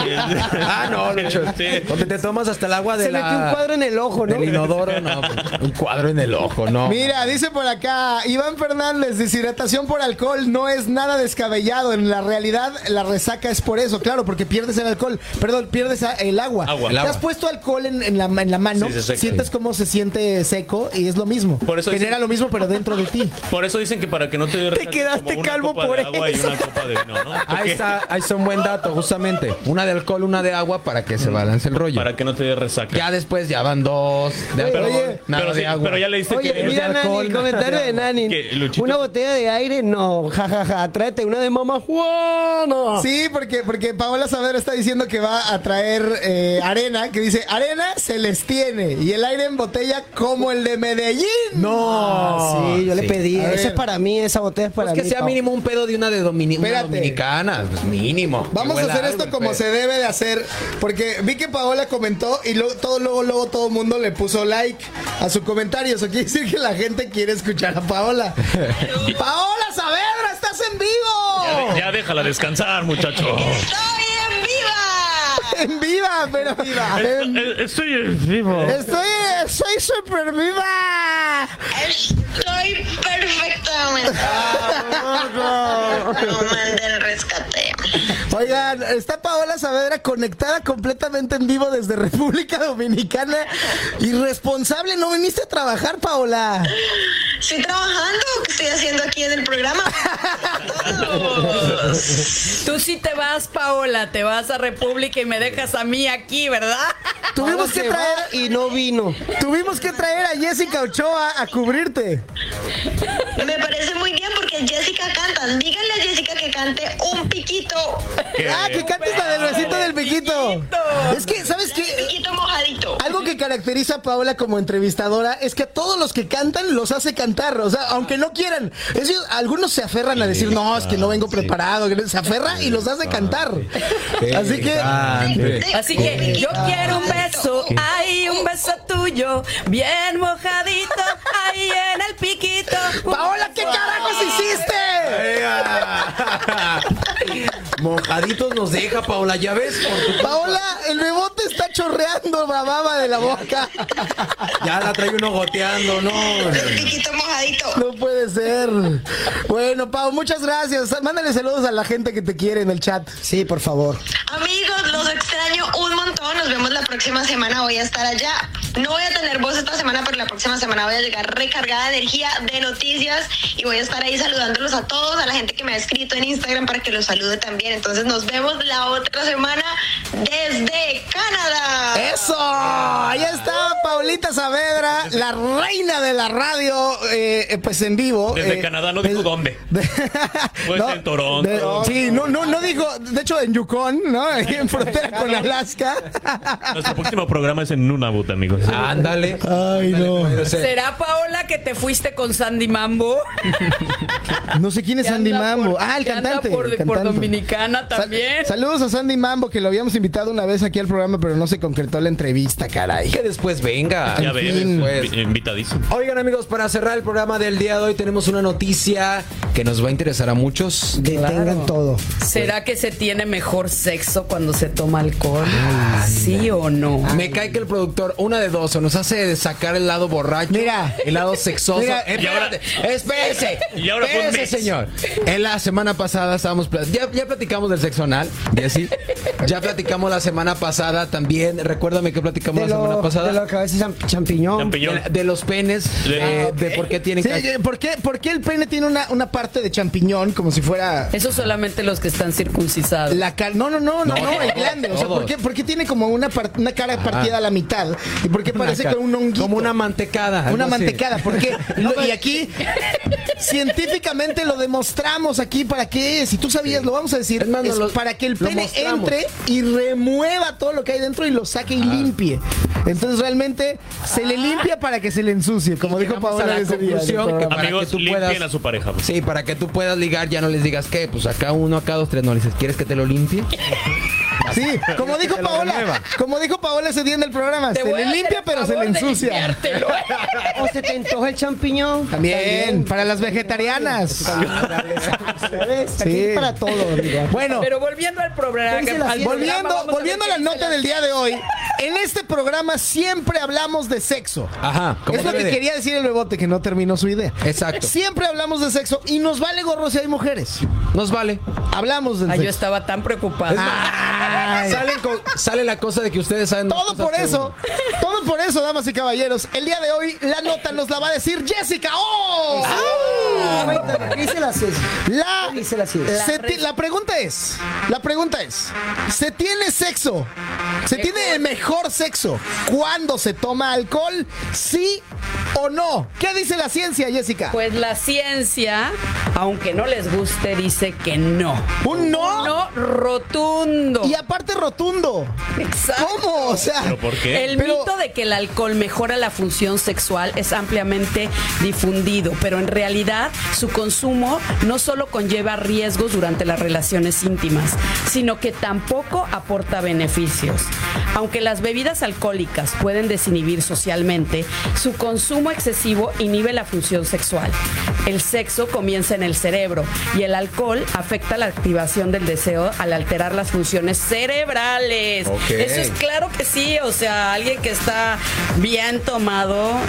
Speaker 5: este,
Speaker 2: Ah, no, Lucho. Donde te tomas hasta el agua de
Speaker 6: Se
Speaker 2: la...
Speaker 6: metió un cuadro en el ojo, ¿no?
Speaker 2: Del inodoro, no. pues. Un cuadro en el ojo, no.
Speaker 3: Mira, dice por acá, Iván Fernández, deshidratación por alcohol no es nada descabellado. En la realidad, la resaca es por eso, claro, porque pierdes el alcohol. Perdón, pierdes a- el agua.
Speaker 5: Agua.
Speaker 3: Te
Speaker 5: El
Speaker 3: has
Speaker 2: agua.
Speaker 3: puesto alcohol en, en la, en la mano,
Speaker 5: Sí, se seca.
Speaker 3: sientes cómo se siente seco y es lo mismo.
Speaker 5: Por eso
Speaker 3: Genera
Speaker 5: dicen-
Speaker 3: lo mismo, pero dentro de ti.
Speaker 5: Por eso dicen que para que no te Te
Speaker 6: quedaste calvo por
Speaker 5: agua y
Speaker 6: eso.
Speaker 5: una copa de vino, ¿no?
Speaker 2: Ahí está, ahí está un buen dato, justamente. Una de alcohol, una de agua para que se balance el rollo.
Speaker 5: Para que no te dé resaca.
Speaker 2: Ya después ya van dos de
Speaker 5: pero,
Speaker 2: alcohol, nada
Speaker 5: pero,
Speaker 2: de
Speaker 5: sí,
Speaker 2: agua.
Speaker 5: pero ya le diste
Speaker 6: Oye,
Speaker 5: que
Speaker 6: mira, Nani,
Speaker 2: alcohol,
Speaker 6: el comentario de Nani.
Speaker 5: ¿Qué, Luchito?
Speaker 6: Una botella de aire, no, jajaja. Tráete una de mamá Juana.
Speaker 3: Sí, porque, porque Paola Saavedra está diciendo que va a traer eh, arena, que dice, arena se les tiene y el aire en botella como el de Medellín.
Speaker 6: Ah, sí, yo le pedí.
Speaker 3: A
Speaker 6: Esa
Speaker 3: ver.
Speaker 6: es para mí, esa botella es para
Speaker 2: Pues que
Speaker 6: mí.
Speaker 2: sea
Speaker 6: Pau.
Speaker 2: mínimo un pedo de una de domini- una
Speaker 3: Espérate.
Speaker 2: dominicana, pues mínimo.
Speaker 3: Vamos
Speaker 2: Que
Speaker 3: a
Speaker 2: huela
Speaker 3: hacer
Speaker 2: algo pues.
Speaker 3: esto
Speaker 2: el
Speaker 3: como
Speaker 5: pues.
Speaker 2: pedo.
Speaker 3: se debe de hacer, porque vi que Paola comentó y luego todo luego luego todo el mundo le puso like a su comentario. Eso quiere decir que la gente quiere escuchar a Paola. Paola Saavedra, estás en vivo.
Speaker 5: Ya déjala descansar, muchacho.
Speaker 3: En viva, pero en-
Speaker 5: Eh, Estoy vivo.
Speaker 3: estoy soy super viva.
Speaker 11: Estoy perfectamente. No manden rescate.
Speaker 3: Oigan, está Paola Saavedra conectada completamente en vivo desde República Dominicana. Irresponsable, no viniste a trabajar, Paola.
Speaker 11: Estoy trabajando. ¿Qué estoy haciendo aquí en el programa? Todos.
Speaker 4: Tú sí te vas, Paola, te vas a República y me dejas a mí aquí, ¿verdad?
Speaker 3: Tuvimos
Speaker 6: Se
Speaker 3: que
Speaker 6: va
Speaker 3: traer
Speaker 6: y no vino.
Speaker 3: Tuvimos que traer a Jessica Ochoa a cubrirte.
Speaker 11: Me parece muy bien porque Jessica canta. Díganle a Jessica que cante un piquito.
Speaker 3: Ah, que cantes la del besito del piquito. Es que, ¿sabes
Speaker 11: Un
Speaker 3: qué?
Speaker 11: piquito mojadito.
Speaker 3: Algo que caracteriza a Paola como entrevistadora es que a todos los que cantan los hace cantar, o sea, aunque no quieran. Ellos- algunos se aferran a decir, no, es que no vengo preparado, que no- se aferra y los hace cantar. Así que,
Speaker 2: Cante.
Speaker 4: Así que yo quiero un beso, ay, un beso tuyo, bien mojadito, ahí en el piquito.
Speaker 3: Paola, ¿qué carajos hiciste?
Speaker 2: Ea. Mojaditos nos deja, Paola, ya ves, por tu-
Speaker 3: Paola, el bebote está chorreando la baba de la boca.
Speaker 2: ya la trae uno goteando, no.
Speaker 11: Un piquito mojadito.
Speaker 3: No puede ser. Bueno, Pau, muchas gracias. Mándale saludos a la gente que te quiere en el chat.
Speaker 6: Sí, por favor.
Speaker 11: Amigos, los extraño un montón. Nos vemos la próxima semana. Voy a estar allá. No voy a tener voz esta semana, pero la próxima semana voy a llegar recargada de energía, de noticias y voy a estar ahí saludándolos a todos, a la gente que me ha escrito en Instagram para que los salude también. Entonces nos vemos la otra semana desde Canadá.
Speaker 3: ¡Eso! ¡Ahí está Paulita Saavedra, la reina de la radio, eh, eh, pues en vivo.
Speaker 5: Desde
Speaker 3: eh,
Speaker 5: Canadá no dijo dónde. Puede
Speaker 3: no,
Speaker 5: ser en Toronto.
Speaker 3: de- sí, no, no, no dijo, de hecho en Yukon, ¿no? Ahí en frontera con Alaska.
Speaker 5: Nuestro próximo programa es en Nunavut, amigos.
Speaker 2: Ándale. pues,
Speaker 3: Ay, no.
Speaker 4: ¿Será Paola que te fuiste con Sandy Mambo?
Speaker 3: No sé quién es
Speaker 4: Que
Speaker 3: Sandy
Speaker 4: anda
Speaker 3: Mambo.
Speaker 4: por-
Speaker 3: ah, el
Speaker 4: que anda
Speaker 3: cantante.
Speaker 4: por-
Speaker 3: el
Speaker 4: por
Speaker 3: cantante.
Speaker 4: Dominicana
Speaker 3: Sal-
Speaker 4: también.
Speaker 3: saludos a Sandy Mambo, que lo habíamos invitado una vez aquí al programa, pero no se concretó la entrevista, caray.
Speaker 2: Que después venga.
Speaker 5: Ya pues.
Speaker 3: En
Speaker 5: ves,
Speaker 3: fin.
Speaker 5: vi- invitadísimo.
Speaker 2: Oigan amigos, para cerrar el programa del día de hoy tenemos una noticia que nos va a interesar a muchos.
Speaker 6: Detengan todo.
Speaker 4: ¿Será que se tiene mejor sexo cuando se toma alcohol? ¿Sí o no?
Speaker 2: Me cae que el productor, una de dos, o nos hace sacar el lado borracho,
Speaker 3: Mira.
Speaker 2: el lado sexoso. Eh,
Speaker 3: Mira.
Speaker 2: Espérate, espérese,
Speaker 5: Y ahora fue un
Speaker 2: espérese,
Speaker 5: mix.
Speaker 2: señor. En la semana pasada estábamos, pla- ya, ya platicamos del sexo anal, Jessy. Ya platicamos la semana pasada también. Recuérdame que platicamos
Speaker 6: De
Speaker 2: la semana
Speaker 6: lo,
Speaker 2: pasada.
Speaker 6: de lo que a veces champ- champiñón.
Speaker 5: Champiñón.
Speaker 2: De- de los penes,
Speaker 5: De-
Speaker 2: eh, de por qué tienen
Speaker 3: Sí,
Speaker 2: ca-
Speaker 3: eh, ¿por, qué, por qué el pene tiene una, una parte de champiñón como si fuera
Speaker 4: Eso solamente los que están circuncisados.
Speaker 3: la cara? No, no, no, no,
Speaker 2: No,
Speaker 3: no, el
Speaker 2: todos,
Speaker 3: glande. O sea, ¿por
Speaker 2: todos.
Speaker 3: qué, por qué tiene como una, par- una cara partida a la mitad? ¿Y por qué parece
Speaker 2: Una
Speaker 3: que
Speaker 2: ca-
Speaker 3: un honguito?
Speaker 2: Como una mantecada. algo
Speaker 3: Una
Speaker 2: así.
Speaker 3: mantecada, porque y aquí científicamente lo demostramos aquí para qué es. Si tú sabías, lo vamos a decir,
Speaker 2: Es más,
Speaker 3: es
Speaker 2: nos lo-
Speaker 3: para que el
Speaker 2: lo
Speaker 3: pene
Speaker 2: mostramos. Ah.
Speaker 3: entre y remueva todo lo que hay dentro y lo saque y limpie. Entonces realmente se le limpia para que se le ensucie, como dijo
Speaker 2: Llegamos a
Speaker 3: Paola
Speaker 2: la
Speaker 3: ese día.
Speaker 2: conclusión que para
Speaker 5: Amigos,
Speaker 2: que tú
Speaker 5: limpien
Speaker 2: puedas-
Speaker 5: a su pareja. por
Speaker 2: Sí, para que tú puedas ligar, ya no les digas qué, pues acá uno, acá dos, tres, no les dices, ¿quieres que te lo limpie?
Speaker 3: Sí, como dijo
Speaker 2: Que lo
Speaker 3: Paola,
Speaker 2: remueva.
Speaker 3: como dijo Paola ese día en el programa, se
Speaker 4: voy a
Speaker 3: le
Speaker 4: hacer
Speaker 3: limpia
Speaker 4: el
Speaker 3: pero se le
Speaker 4: favor de
Speaker 3: ensucia.
Speaker 4: limpiártelo.
Speaker 6: O se te antoja el champiñón.
Speaker 3: También, para las vegetarianas.
Speaker 6: ¿Sabes? Aquí
Speaker 3: Sí.
Speaker 6: es para todo, digo.
Speaker 3: Bueno,
Speaker 4: Pero volviendo al programa,
Speaker 6: Pónganse las
Speaker 4: al
Speaker 6: pilas.
Speaker 4: programa,
Speaker 3: Volviendo,
Speaker 4: vamos a ver
Speaker 3: volviendo a la
Speaker 4: qué
Speaker 3: nota del día de hoy, en este programa siempre hablamos de sexo.
Speaker 2: Ajá, como
Speaker 3: Es lo que
Speaker 2: debe de.
Speaker 3: quería decir el bebote, que no terminó su idea.
Speaker 2: Exacto.
Speaker 3: Siempre hablamos de sexo y nos vale gorro si hay mujeres.
Speaker 2: Nos vale.
Speaker 3: Hablamos del
Speaker 4: Ah, yo
Speaker 3: sexo.
Speaker 4: estaba tan preocupada.
Speaker 3: Ay.
Speaker 2: Salen con- sale la cosa de que ustedes saben. más
Speaker 3: Todo
Speaker 2: cosas
Speaker 3: por
Speaker 2: que
Speaker 3: eso, todo por eso, damas y caballeros. El día de hoy la nota nos la va a decir Jessica. ¡Oh!
Speaker 2: Ah.
Speaker 6: Cuéntame, ¿qué dice la Ceci?
Speaker 3: La,
Speaker 6: ¿Qué dice la ciencia?
Speaker 3: se ti- la pregunta es, la pregunta es, ¿se tiene sexo? ¿Se tiene el mejor sexo cuando se toma alcohol? ¿Sí o no? ¿Qué dice la ciencia, Jessica?
Speaker 4: Pues la ciencia, aunque no les guste, dice que no.
Speaker 3: ¿Un no?
Speaker 4: No rotundo.
Speaker 3: Y aparte rotundo.
Speaker 4: Exacto.
Speaker 3: ¿Cómo? O sea,
Speaker 5: ¿Pero por qué?
Speaker 4: El
Speaker 3: Pero-
Speaker 4: mito de que el alcohol mejora la función sexual es ampliamente difundido, pero en realidad su consumo no solo conlleva riesgos durante las relaciones íntimas, sino que tampoco aporta beneficios. Aunque las bebidas alcohólicas pueden desinhibir socialmente, su consumo excesivo inhibe la función sexual. El sexo comienza en el cerebro y el alcohol afecta la activación del deseo al alterar las funciones cerebrales.
Speaker 2: Ok.
Speaker 4: Eso es Claro que sí, o sea, alguien que está bien tomado
Speaker 2: Ah,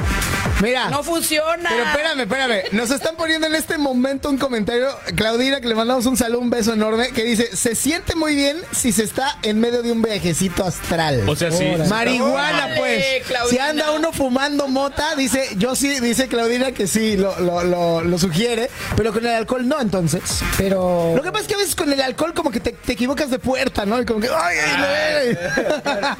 Speaker 3: mira.
Speaker 4: no funciona.
Speaker 3: Pero espérame, espérame. Nos están poniendo en este momento un comentario, Claudina, que le mandamos un saludo, un beso enorme, que dice, se siente muy bien si se está en medio de un viajecito astral.
Speaker 5: O sea, sí.
Speaker 3: Órale. Marihuana,
Speaker 4: Órale,
Speaker 3: pues. Si
Speaker 4: Claudina.
Speaker 3: anda uno fumando mota, dice, yo sí, dice Claudina que sí, lo, lo, lo- lo sugiere, pero con el alcohol no, entonces.
Speaker 6: Pero
Speaker 3: Lo que pasa es que a veces con el alcohol como que te, te equivocas de puerta, ¿no? Y como que, ay, ay,
Speaker 5: favor.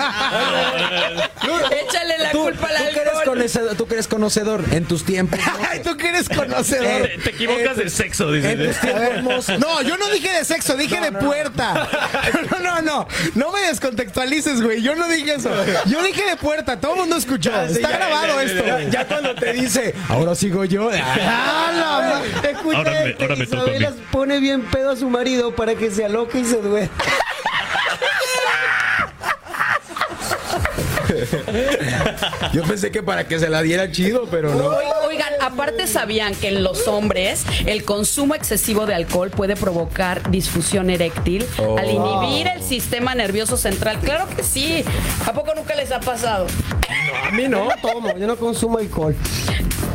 Speaker 4: Échale Ah. la culpa al
Speaker 2: tú que, eres
Speaker 4: alcohol.
Speaker 2: conocedor, tú que eres conocedor en tus tiempos. Eh,
Speaker 3: ay, ay, tú que eres conocedor.
Speaker 5: Te, te equivocas del sexo, dices.
Speaker 2: este-
Speaker 3: A ver, no, yo no dije de sexo, dije de puerta. No, no, no. No me descontextualices, güey. Yo no dije eso. Yo dije de puerta. Todo el mundo escuchó. Está
Speaker 5: ya,
Speaker 3: grabado
Speaker 5: ya,
Speaker 3: esto.
Speaker 5: ya, ya,
Speaker 3: cuando te dice, ahora sigo yo. Ah, la ma-
Speaker 6: escucha
Speaker 5: Ahora me-
Speaker 6: que
Speaker 5: ahora me toca a mí.
Speaker 6: Isabela pone bien pedo a su marido para que se aloque y se duerma.
Speaker 2: Yo pensé que para que se la diera chido, pero no.
Speaker 4: Oi- Oigan, aparte sabían que en los hombres el consumo excesivo de alcohol puede provocar disfunción eréctil al
Speaker 2: Oh.
Speaker 4: inhibir el sistema nervioso central. Claro que sí. ¿A poco nunca les ha pasado?
Speaker 6: A mí no tomo, yo no consumo alcohol.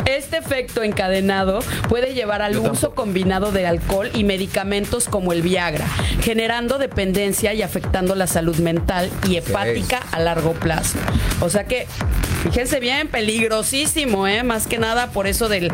Speaker 4: Este efecto encadenado puede llevar al uso combinado de alcohol y medicamentos como el Viagra, generando dependencia y afectando la salud mental y hepática a largo plazo. O sea que, fíjense bien, peligrosísimo, ¿eh? Más que nada por eso del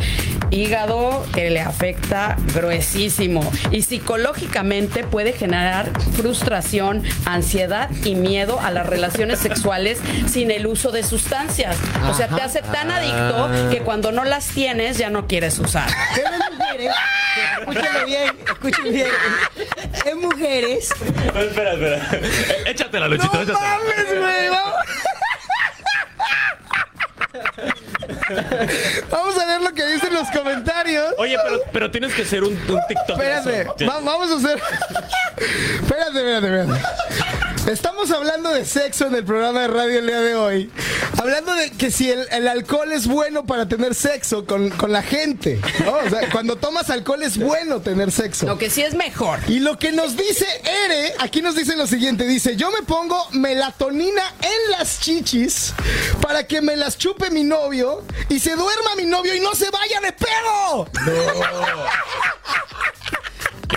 Speaker 4: hígado que le afecta gruesísimo. Y psicológicamente puede generar frustración, ansiedad y miedo a las relaciones sexuales sin el uso de sustancias. O sea, te hace tan
Speaker 3: Ah.
Speaker 4: adicto que cuando no las tienes ya no quieres usar.
Speaker 6: Tenemos mujeres, escúchenlo bien, escuchen bien. Es mujeres.
Speaker 10: espera, espera. Eh, Échatela, Luchito, échatela.
Speaker 3: mames, güey! Vamos. Vamos a ver lo que dicen los comentarios.
Speaker 5: Oye, pero, pero tienes que ser un, un TikTok. de eso.
Speaker 3: Espérate, va- vamos a hacer. espérate, espérate, espérate. Estamos hablando de sexo en el programa de radio el día de hoy. Hablando de que si el, el alcohol es bueno para tener sexo con, con la gente. ¿no? O sea, cuando tomas alcohol es bueno tener sexo.
Speaker 4: Lo que sí es mejor.
Speaker 3: Y lo que nos dice Ere, aquí nos dice lo siguiente, dice, yo me pongo melatonina en las chichis para que me las chupe mi novio y se duerma mi novio y no se vaya de pedo.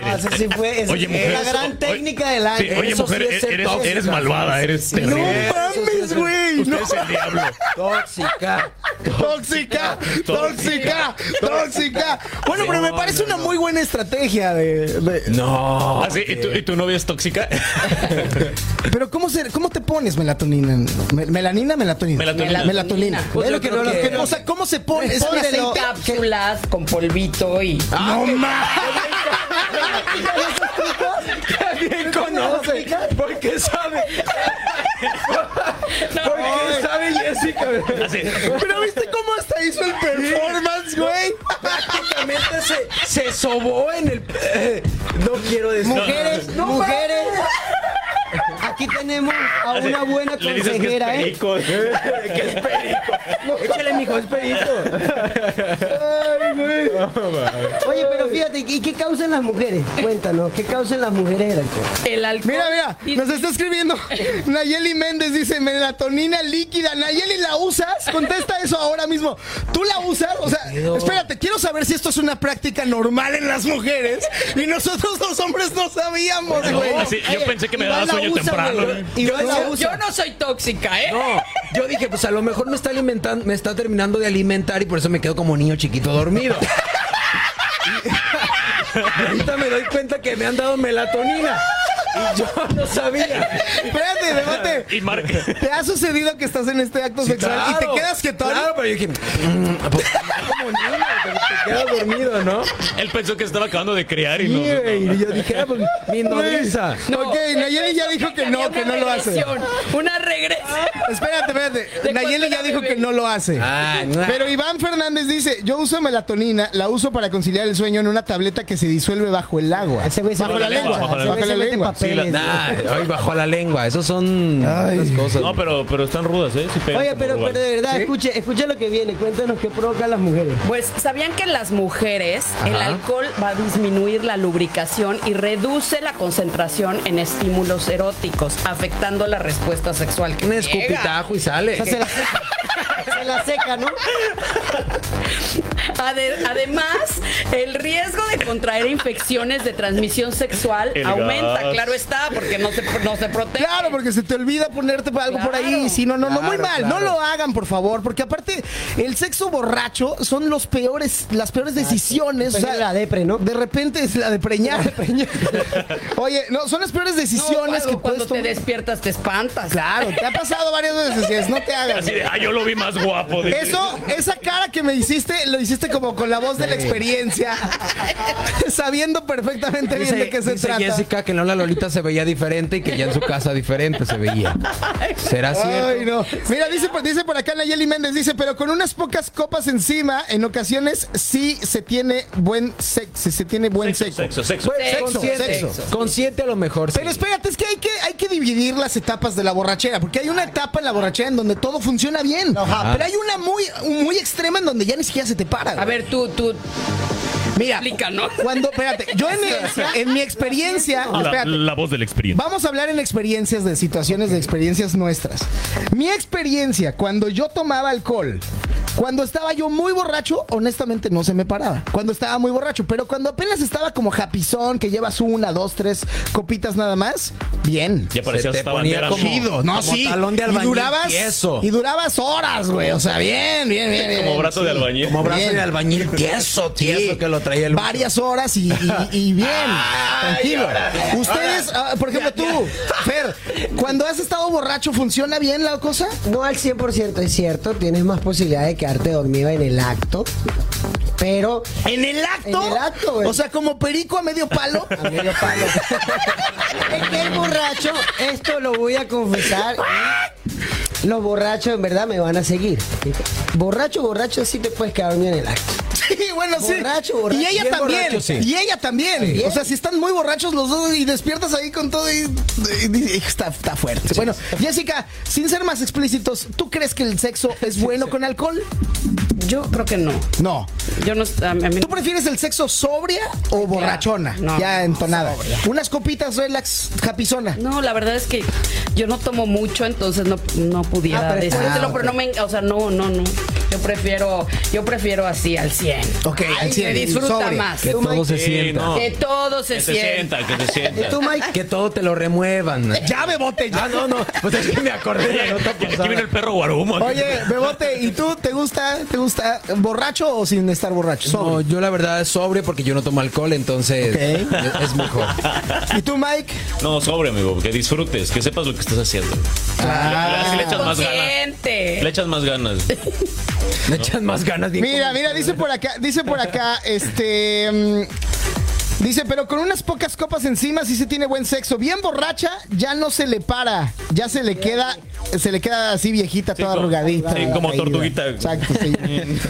Speaker 6: Ah, ese sí fue, esa
Speaker 10: Oye,
Speaker 6: fue la
Speaker 10: mujeres,
Speaker 6: gran
Speaker 10: o- oye,
Speaker 6: técnica del
Speaker 10: Sí,
Speaker 6: aire.
Speaker 10: oye,
Speaker 6: Eso sí
Speaker 10: mujer,
Speaker 6: es
Speaker 10: eres,
Speaker 5: e-,
Speaker 6: ser
Speaker 10: eres,
Speaker 6: tóxica.
Speaker 10: malvada, eres
Speaker 6: No
Speaker 10: terrible.
Speaker 3: mames, güey.
Speaker 10: Usted
Speaker 3: No.
Speaker 10: es el diablo.
Speaker 2: Tóxica.
Speaker 3: Tóxica, tóxica, tóxica. Bueno, pero me parece una muy buena estrategia de... de-
Speaker 2: No.
Speaker 10: Ah, sí, ¿y, tu, y tu novia es tóxica?
Speaker 3: Pero ¿cómo, se, ¿cómo te pones melatonina? Me- ¿Melanina, melatonina?
Speaker 10: Melatonina.
Speaker 3: Melatonina.
Speaker 4: Pues
Speaker 3: Es
Speaker 4: yo
Speaker 3: lo que
Speaker 4: creo
Speaker 3: no-
Speaker 4: que-
Speaker 3: o sea, ¿cómo se pone? Es un
Speaker 4: Pónganse en
Speaker 3: aceite-
Speaker 4: cápsulas con polvito y.
Speaker 3: ¡No mames!
Speaker 2: ¿Quién conoce? ¿Por qué sabe? ¿Por qué sabe Jessica?
Speaker 10: Así.
Speaker 3: Pero viste cómo hasta hizo el performance, güey.
Speaker 2: Prácticamente se, se sobó en el. eh, no quiero decir.
Speaker 6: Mujeres,
Speaker 3: No
Speaker 6: mujeres. Aquí tenemos a
Speaker 10: Así.
Speaker 6: una buena
Speaker 10: Le dices que es
Speaker 6: consejera, ¿eh?
Speaker 10: perico.
Speaker 6: Échale, mijo, es Oye, pero fíjate, ¿y qué causan las mujeres? Cuéntanos, ¿qué causan las mujeres del alcohol?
Speaker 4: El alcohol.
Speaker 3: Mira, Ah, mira,
Speaker 4: y-
Speaker 3: nos está escribiendo Nayeli Méndez, dice melatonina líquida. Nayeli, ¿la usas? Contesta eso ahora mismo. ¿Tú la usas? O sea, espérate, quiero saber si esto es una práctica normal en las mujeres y nosotros los hombres no sabíamos, güey.
Speaker 10: Así, yo pensé que me daba
Speaker 6: Igual la
Speaker 10: sueño
Speaker 6: usa,
Speaker 10: temprano. ¿eh?
Speaker 6: güey. Igual la
Speaker 4: Yo-
Speaker 6: usa.
Speaker 4: Yo no soy tóxica, ¿eh?
Speaker 2: No, yo dije, pues a lo mejor me está alimentando, me está terminando de alimentar y por eso me quedo como niño chiquito dormido. Y ahorita me doy cuenta que me han dado melatonina. Y yo no sabía.
Speaker 3: Espérate, debate.
Speaker 10: Y marca.
Speaker 3: ¿Te ha sucedido que estás en este acto sexual y te quedas que todo?
Speaker 2: Claro, pero yo dije, mm, pues, como niño, te, te quedas dormido, ¿no?
Speaker 10: Él pensó que estaba acabando de criar y no.
Speaker 2: Sí, güey. Y yo dije, ah, pues, mi nodriza.
Speaker 3: ok, Nayeli ya dijo que no, que no lo hace.
Speaker 4: Regresión, Una regresión.
Speaker 3: Espérate, espérate. Nayeli ya dijo que no lo hace.
Speaker 2: Ah, no.
Speaker 3: Pero Iván Fernández dice, yo uso melatonina, la uso para conciliar el sueño en una tableta que se disuelve bajo el agua.
Speaker 6: Ese güey se
Speaker 10: Bajo
Speaker 6: mete-
Speaker 10: la lengua, bajo la
Speaker 6: ese
Speaker 3: lengua.
Speaker 6: güey se mete
Speaker 3: Bajo
Speaker 10: la
Speaker 6: papeles.
Speaker 2: Nah, hoy bajo la lengua. Esos son las cosas.
Speaker 5: No, pero, pero están rudas, ¿eh? Sí pegan
Speaker 6: Oye,
Speaker 5: como
Speaker 6: pero,
Speaker 5: igual.
Speaker 6: pero de verdad, escuche, escuche lo que viene. Cuéntanos qué provoca a las mujeres.
Speaker 4: Pues sabían que en las mujeres el alcohol va a disminuir la lubricación y reduce la concentración en estímulos eróticos, afectando la respuesta sexual. que
Speaker 2: Un
Speaker 4: llega.
Speaker 2: escupitajo y
Speaker 6: O sea,
Speaker 2: sale.
Speaker 6: se la seca. Se la seca, ¿no?
Speaker 4: Ade- además, el riesgo de contraer infecciones de transmisión sexual
Speaker 5: El
Speaker 4: aumenta,
Speaker 5: gas.
Speaker 4: claro está, porque no se, no se protege.
Speaker 3: Claro, porque se te olvida ponerte algo por ahí.
Speaker 4: Claro.
Speaker 3: Si no, no, no, muy mal.
Speaker 2: Claro,
Speaker 3: No lo hagan, por favor. Porque aparte, el sexo borracho son los peores, las peores decisiones. O sea,
Speaker 6: la depre, ¿no?
Speaker 3: de repente es la de preñar. Oye, no, son las peores
Speaker 4: No,
Speaker 3: decisiones
Speaker 4: cuando,
Speaker 3: que puedes
Speaker 4: cuando te
Speaker 3: tomar.
Speaker 4: despiertas te espantas.
Speaker 3: Claro, te ha pasado varias veces, Jess, no te hagas.
Speaker 10: Así de, ah, yo lo vi más guapo. De-
Speaker 3: Eso, esa cara que me hiciste, lo hiciste como con la voz de la experiencia, sabiendo perfectamente bien de qué se
Speaker 2: dice
Speaker 3: trata.
Speaker 2: Jessica que en la Lolita se veía diferente y que ya en su casa diferente se veía. ¿Será cierto?
Speaker 3: Ay, no. Mira, dice, por- dice por acá Nayeli Méndez, dice, pero con unas pocas copas encima, en ocasiones sí se tiene buen sexo, se tiene buen
Speaker 10: Sexo, sexo,
Speaker 3: sexo.
Speaker 10: sexo.
Speaker 3: Buen
Speaker 4: Sexo,
Speaker 3: sexo,
Speaker 2: Consciente,
Speaker 3: sexo.
Speaker 2: consciente a lo mejor. sí.
Speaker 3: Pero espérate, es que hay, que hay que dividir las etapas de la borrachera, porque hay una etapa en la borrachera en donde todo funciona bien, pero hay una muy, muy extrema en donde ya ni siquiera se te para.
Speaker 4: A
Speaker 3: güey.
Speaker 4: ver, tú, tú,
Speaker 3: Mira,
Speaker 4: explica, ¿no?
Speaker 3: cuando, espérate, yo en, en mi experiencia,
Speaker 10: La,
Speaker 3: espérate,
Speaker 10: la voz de la experiencia.
Speaker 3: Vamos a hablar en experiencias de situaciones de experiencias nuestras. Mi experiencia cuando yo tomaba alcohol Cuando estaba yo muy borracho, honestamente no se me paraba. Cuando estaba muy borracho, pero cuando apenas estaba como japizón, que llevas una, dos, tres copitas nada más, bien.
Speaker 10: Ya parecía
Speaker 2: Se te
Speaker 10: hasta
Speaker 2: ponía
Speaker 10: bandera.
Speaker 2: como-
Speaker 10: Chido.
Speaker 3: No,
Speaker 2: Como
Speaker 3: sí.
Speaker 2: talón de
Speaker 3: y
Speaker 2: albañil
Speaker 3: durabas,
Speaker 2: tieso.
Speaker 3: y durabas horas, güey. O sea, bien, bien, bien. bien,
Speaker 10: Como brazo
Speaker 3: sí.
Speaker 10: de albañil.
Speaker 2: Como brazo
Speaker 3: Bien.
Speaker 2: de albañil tieso, tieso que lo traía el
Speaker 3: Varias horas y, y- y bien. tranquilo. Ustedes, ah, por ejemplo, tú, Fer, cuando has estado borracho, ¿funciona bien la cosa?
Speaker 6: No al 100% es cierto, tienes más posibilidad de quedarte dormido en el acto, pero
Speaker 3: ¿En el acto?
Speaker 6: En el acto, güey.
Speaker 3: O sea, como perico a medio palo.
Speaker 6: a medio palo. es que el borracho, esto lo voy a confesar. y Los borrachos en verdad me van a seguir. Borracho, borracho, sí te puedes quedar dormido en el acto.
Speaker 3: Sí, bueno, sí.
Speaker 6: Borracho, borracho.
Speaker 3: Y ella
Speaker 6: Bien
Speaker 3: también.
Speaker 2: borracho, sí.
Speaker 3: Y ella también. O sea, si están muy borrachos los dos y despiertas ahí con todo y, y- y- está, está fuerte. bueno, Jessica, sin ser más explícitos, ¿tú crees que el sexo es bueno con alcohol?
Speaker 4: Yo creo que no.
Speaker 3: No.
Speaker 4: Yo no. a mí- a mí-
Speaker 3: ¿Tú prefieres el sexo sobria o borrachona?
Speaker 4: No,
Speaker 3: ya
Speaker 4: no,
Speaker 3: entonada. Unas copitas relax, japizona.
Speaker 4: No, la verdad es que yo no tomo mucho, entonces no, no pudiera
Speaker 3: Ah, pero-
Speaker 4: decírtelo,
Speaker 3: ah,
Speaker 4: pero no me, o sea, no, no, no. Yo prefiero, yo prefiero así al 100.
Speaker 3: Ok, al
Speaker 4: Ay,
Speaker 3: 100,
Speaker 4: Se disfruta
Speaker 3: sobre.
Speaker 4: más.
Speaker 2: Que todo se
Speaker 10: Sí,
Speaker 2: sienta.
Speaker 10: no.
Speaker 4: Que todo se
Speaker 10: Que se
Speaker 4: sienta.
Speaker 10: sienta, que se sienta.
Speaker 6: Tú, Mike,
Speaker 2: Que todo te lo remuevan.
Speaker 3: Ya, Bebote, ya.
Speaker 2: Ah, no, no. Pues es que me acordé de la nota
Speaker 10: Aquí
Speaker 2: pasada.
Speaker 10: viene el perro guarumo.
Speaker 3: Oye, Bebote, ¿y tú te gusta, te gusta borracho o sin estar borracho?
Speaker 2: No,
Speaker 3: Sobrio.
Speaker 2: yo la verdad es sobre porque yo no tomo alcohol, entonces
Speaker 3: Ok.
Speaker 2: es- es mejor.
Speaker 3: ¿Y tú, Mike?
Speaker 10: No, sobre, amigo, que disfrutes, que sepas lo que estás haciendo. Le- le- le echas más ganas.
Speaker 4: Consciente.
Speaker 10: Le echas más ganas.
Speaker 2: Me echan más ganas. bien ¿eh?
Speaker 3: Mira, mira, dice por acá, dice por acá, este. mm, dice, pero con unas pocas copas encima sí se tiene buen sexo. Bien borracha, ya no se le para. Ya se le queda, se le queda así viejita, toda
Speaker 10: como-
Speaker 3: arrugadita.
Speaker 10: sí, como
Speaker 3: caída.
Speaker 10: tortuguita.
Speaker 3: Exacto, sí.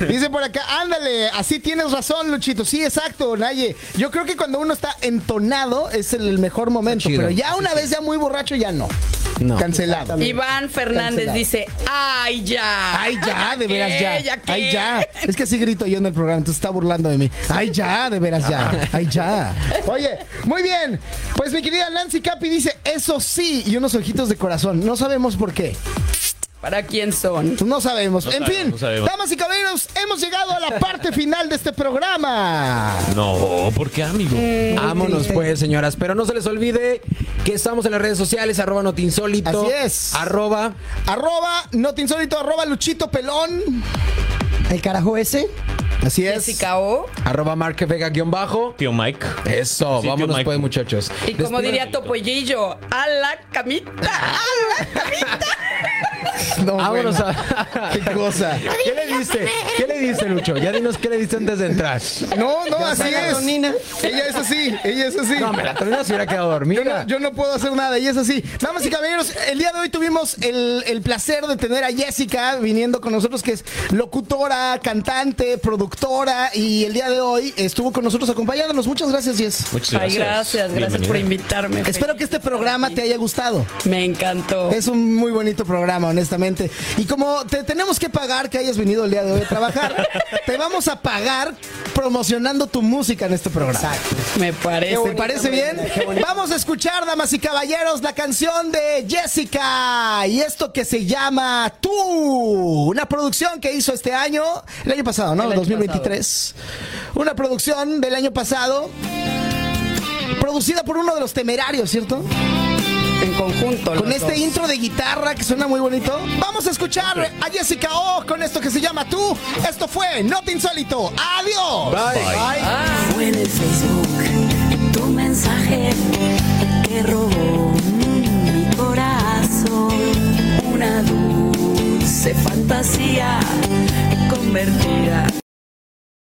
Speaker 3: Dice por acá, ándale, así tienes razón, Luchito. Sí, exacto, Naye. Yo creo que cuando uno está entonado es el mejor momento.
Speaker 2: Está chido.
Speaker 3: Pero ya una vez ya muy borracho, ya no.
Speaker 2: No.
Speaker 3: Cancelado.
Speaker 4: Iván Fernández
Speaker 3: Cancelado.
Speaker 4: dice, ay ya.
Speaker 3: Ay, ya, de veras, ya.
Speaker 4: ¿Qué? ¿Ya qué?
Speaker 3: Ay, ya. Es que así grito yo en el programa, entonces está burlando de mí. Ay, ya, de veras, ya. Ay, ya. Oye, muy bien. Pues mi querida Nancy Capi dice, eso sí, y unos ojitos de corazón. No sabemos por qué.
Speaker 4: ¿Para quién son?
Speaker 3: No sabemos. en
Speaker 10: sabemos,
Speaker 3: fin,
Speaker 10: no sabemos.
Speaker 3: damas y caballeros, hemos llegado a la parte final de este programa.
Speaker 10: No, ¿por qué, amigo?
Speaker 4: Mm.
Speaker 2: Vámonos pues, señoras. Pero no se les olvide que estamos en las redes sociales, arroba notinsólito.
Speaker 3: Así es.
Speaker 2: Arroba
Speaker 3: Arroba, notinsólito, arroba Luchito Pelón.
Speaker 6: el carajo ese.
Speaker 3: Así es.
Speaker 4: Jessica O.
Speaker 2: arroba marquevega guión bajo.
Speaker 10: Tío Mike.
Speaker 2: Eso,
Speaker 10: Sí, tío
Speaker 2: vámonos
Speaker 10: Mike.
Speaker 2: pues, muchachos.
Speaker 4: Y como
Speaker 2: Después-
Speaker 4: diría Topollillo, a la camita, a la camita.
Speaker 3: No,
Speaker 2: Vámonos
Speaker 3: bueno.
Speaker 2: a.
Speaker 3: Qué cosa.
Speaker 2: ¿Qué le diste? ¿Qué le diste, Lucho? Ya dinos qué le diste antes de entrar.
Speaker 3: No, no, así es.
Speaker 6: melatonina.
Speaker 3: Ella es así, ella es así.
Speaker 2: No, me la tronó, se hubiera quedado
Speaker 3: Yo
Speaker 2: dormida.
Speaker 3: no, yo no puedo hacer nada, y es así. Damas y caballeros, el día de hoy tuvimos el, el placer de tener a Jessica viniendo con nosotros, que es locutora, cantante, productora, y el día de hoy estuvo con nosotros acompañándonos. Muchas gracias, Jess.
Speaker 10: Muchas
Speaker 4: Ay, gracias, gracias por
Speaker 10: Bienvenida.
Speaker 4: invitarme.
Speaker 3: Espero que este programa te haya gustado.
Speaker 4: Me encantó.
Speaker 3: Es un muy bonito programa, honestamente. Y como te tenemos que pagar que hayas venido el día de hoy a trabajar, te vamos a pagar promocionando tu música en este programa.
Speaker 4: Me parece.
Speaker 3: ¿Te Este, parece bien? Vamos a escuchar, damas y caballeros, la canción de Jessica y esto que se llama Tú, una producción que hizo este año, el año pasado, ¿no?
Speaker 4: El año
Speaker 3: 2023. Una producción del año pasado, producida por uno de los temerarios, ¿cierto?
Speaker 4: En conjunto.
Speaker 3: Con
Speaker 4: los
Speaker 3: este
Speaker 4: dos.
Speaker 3: intro de guitarra que suena muy bonito. Vamos a escuchar a Jessica O con esto que se llama Tú. Esto fue Not Insólito. Adiós. Bye.
Speaker 12: Fue en el Facebook tu mensaje el que robó mi corazón. Una dulce fantasía convertí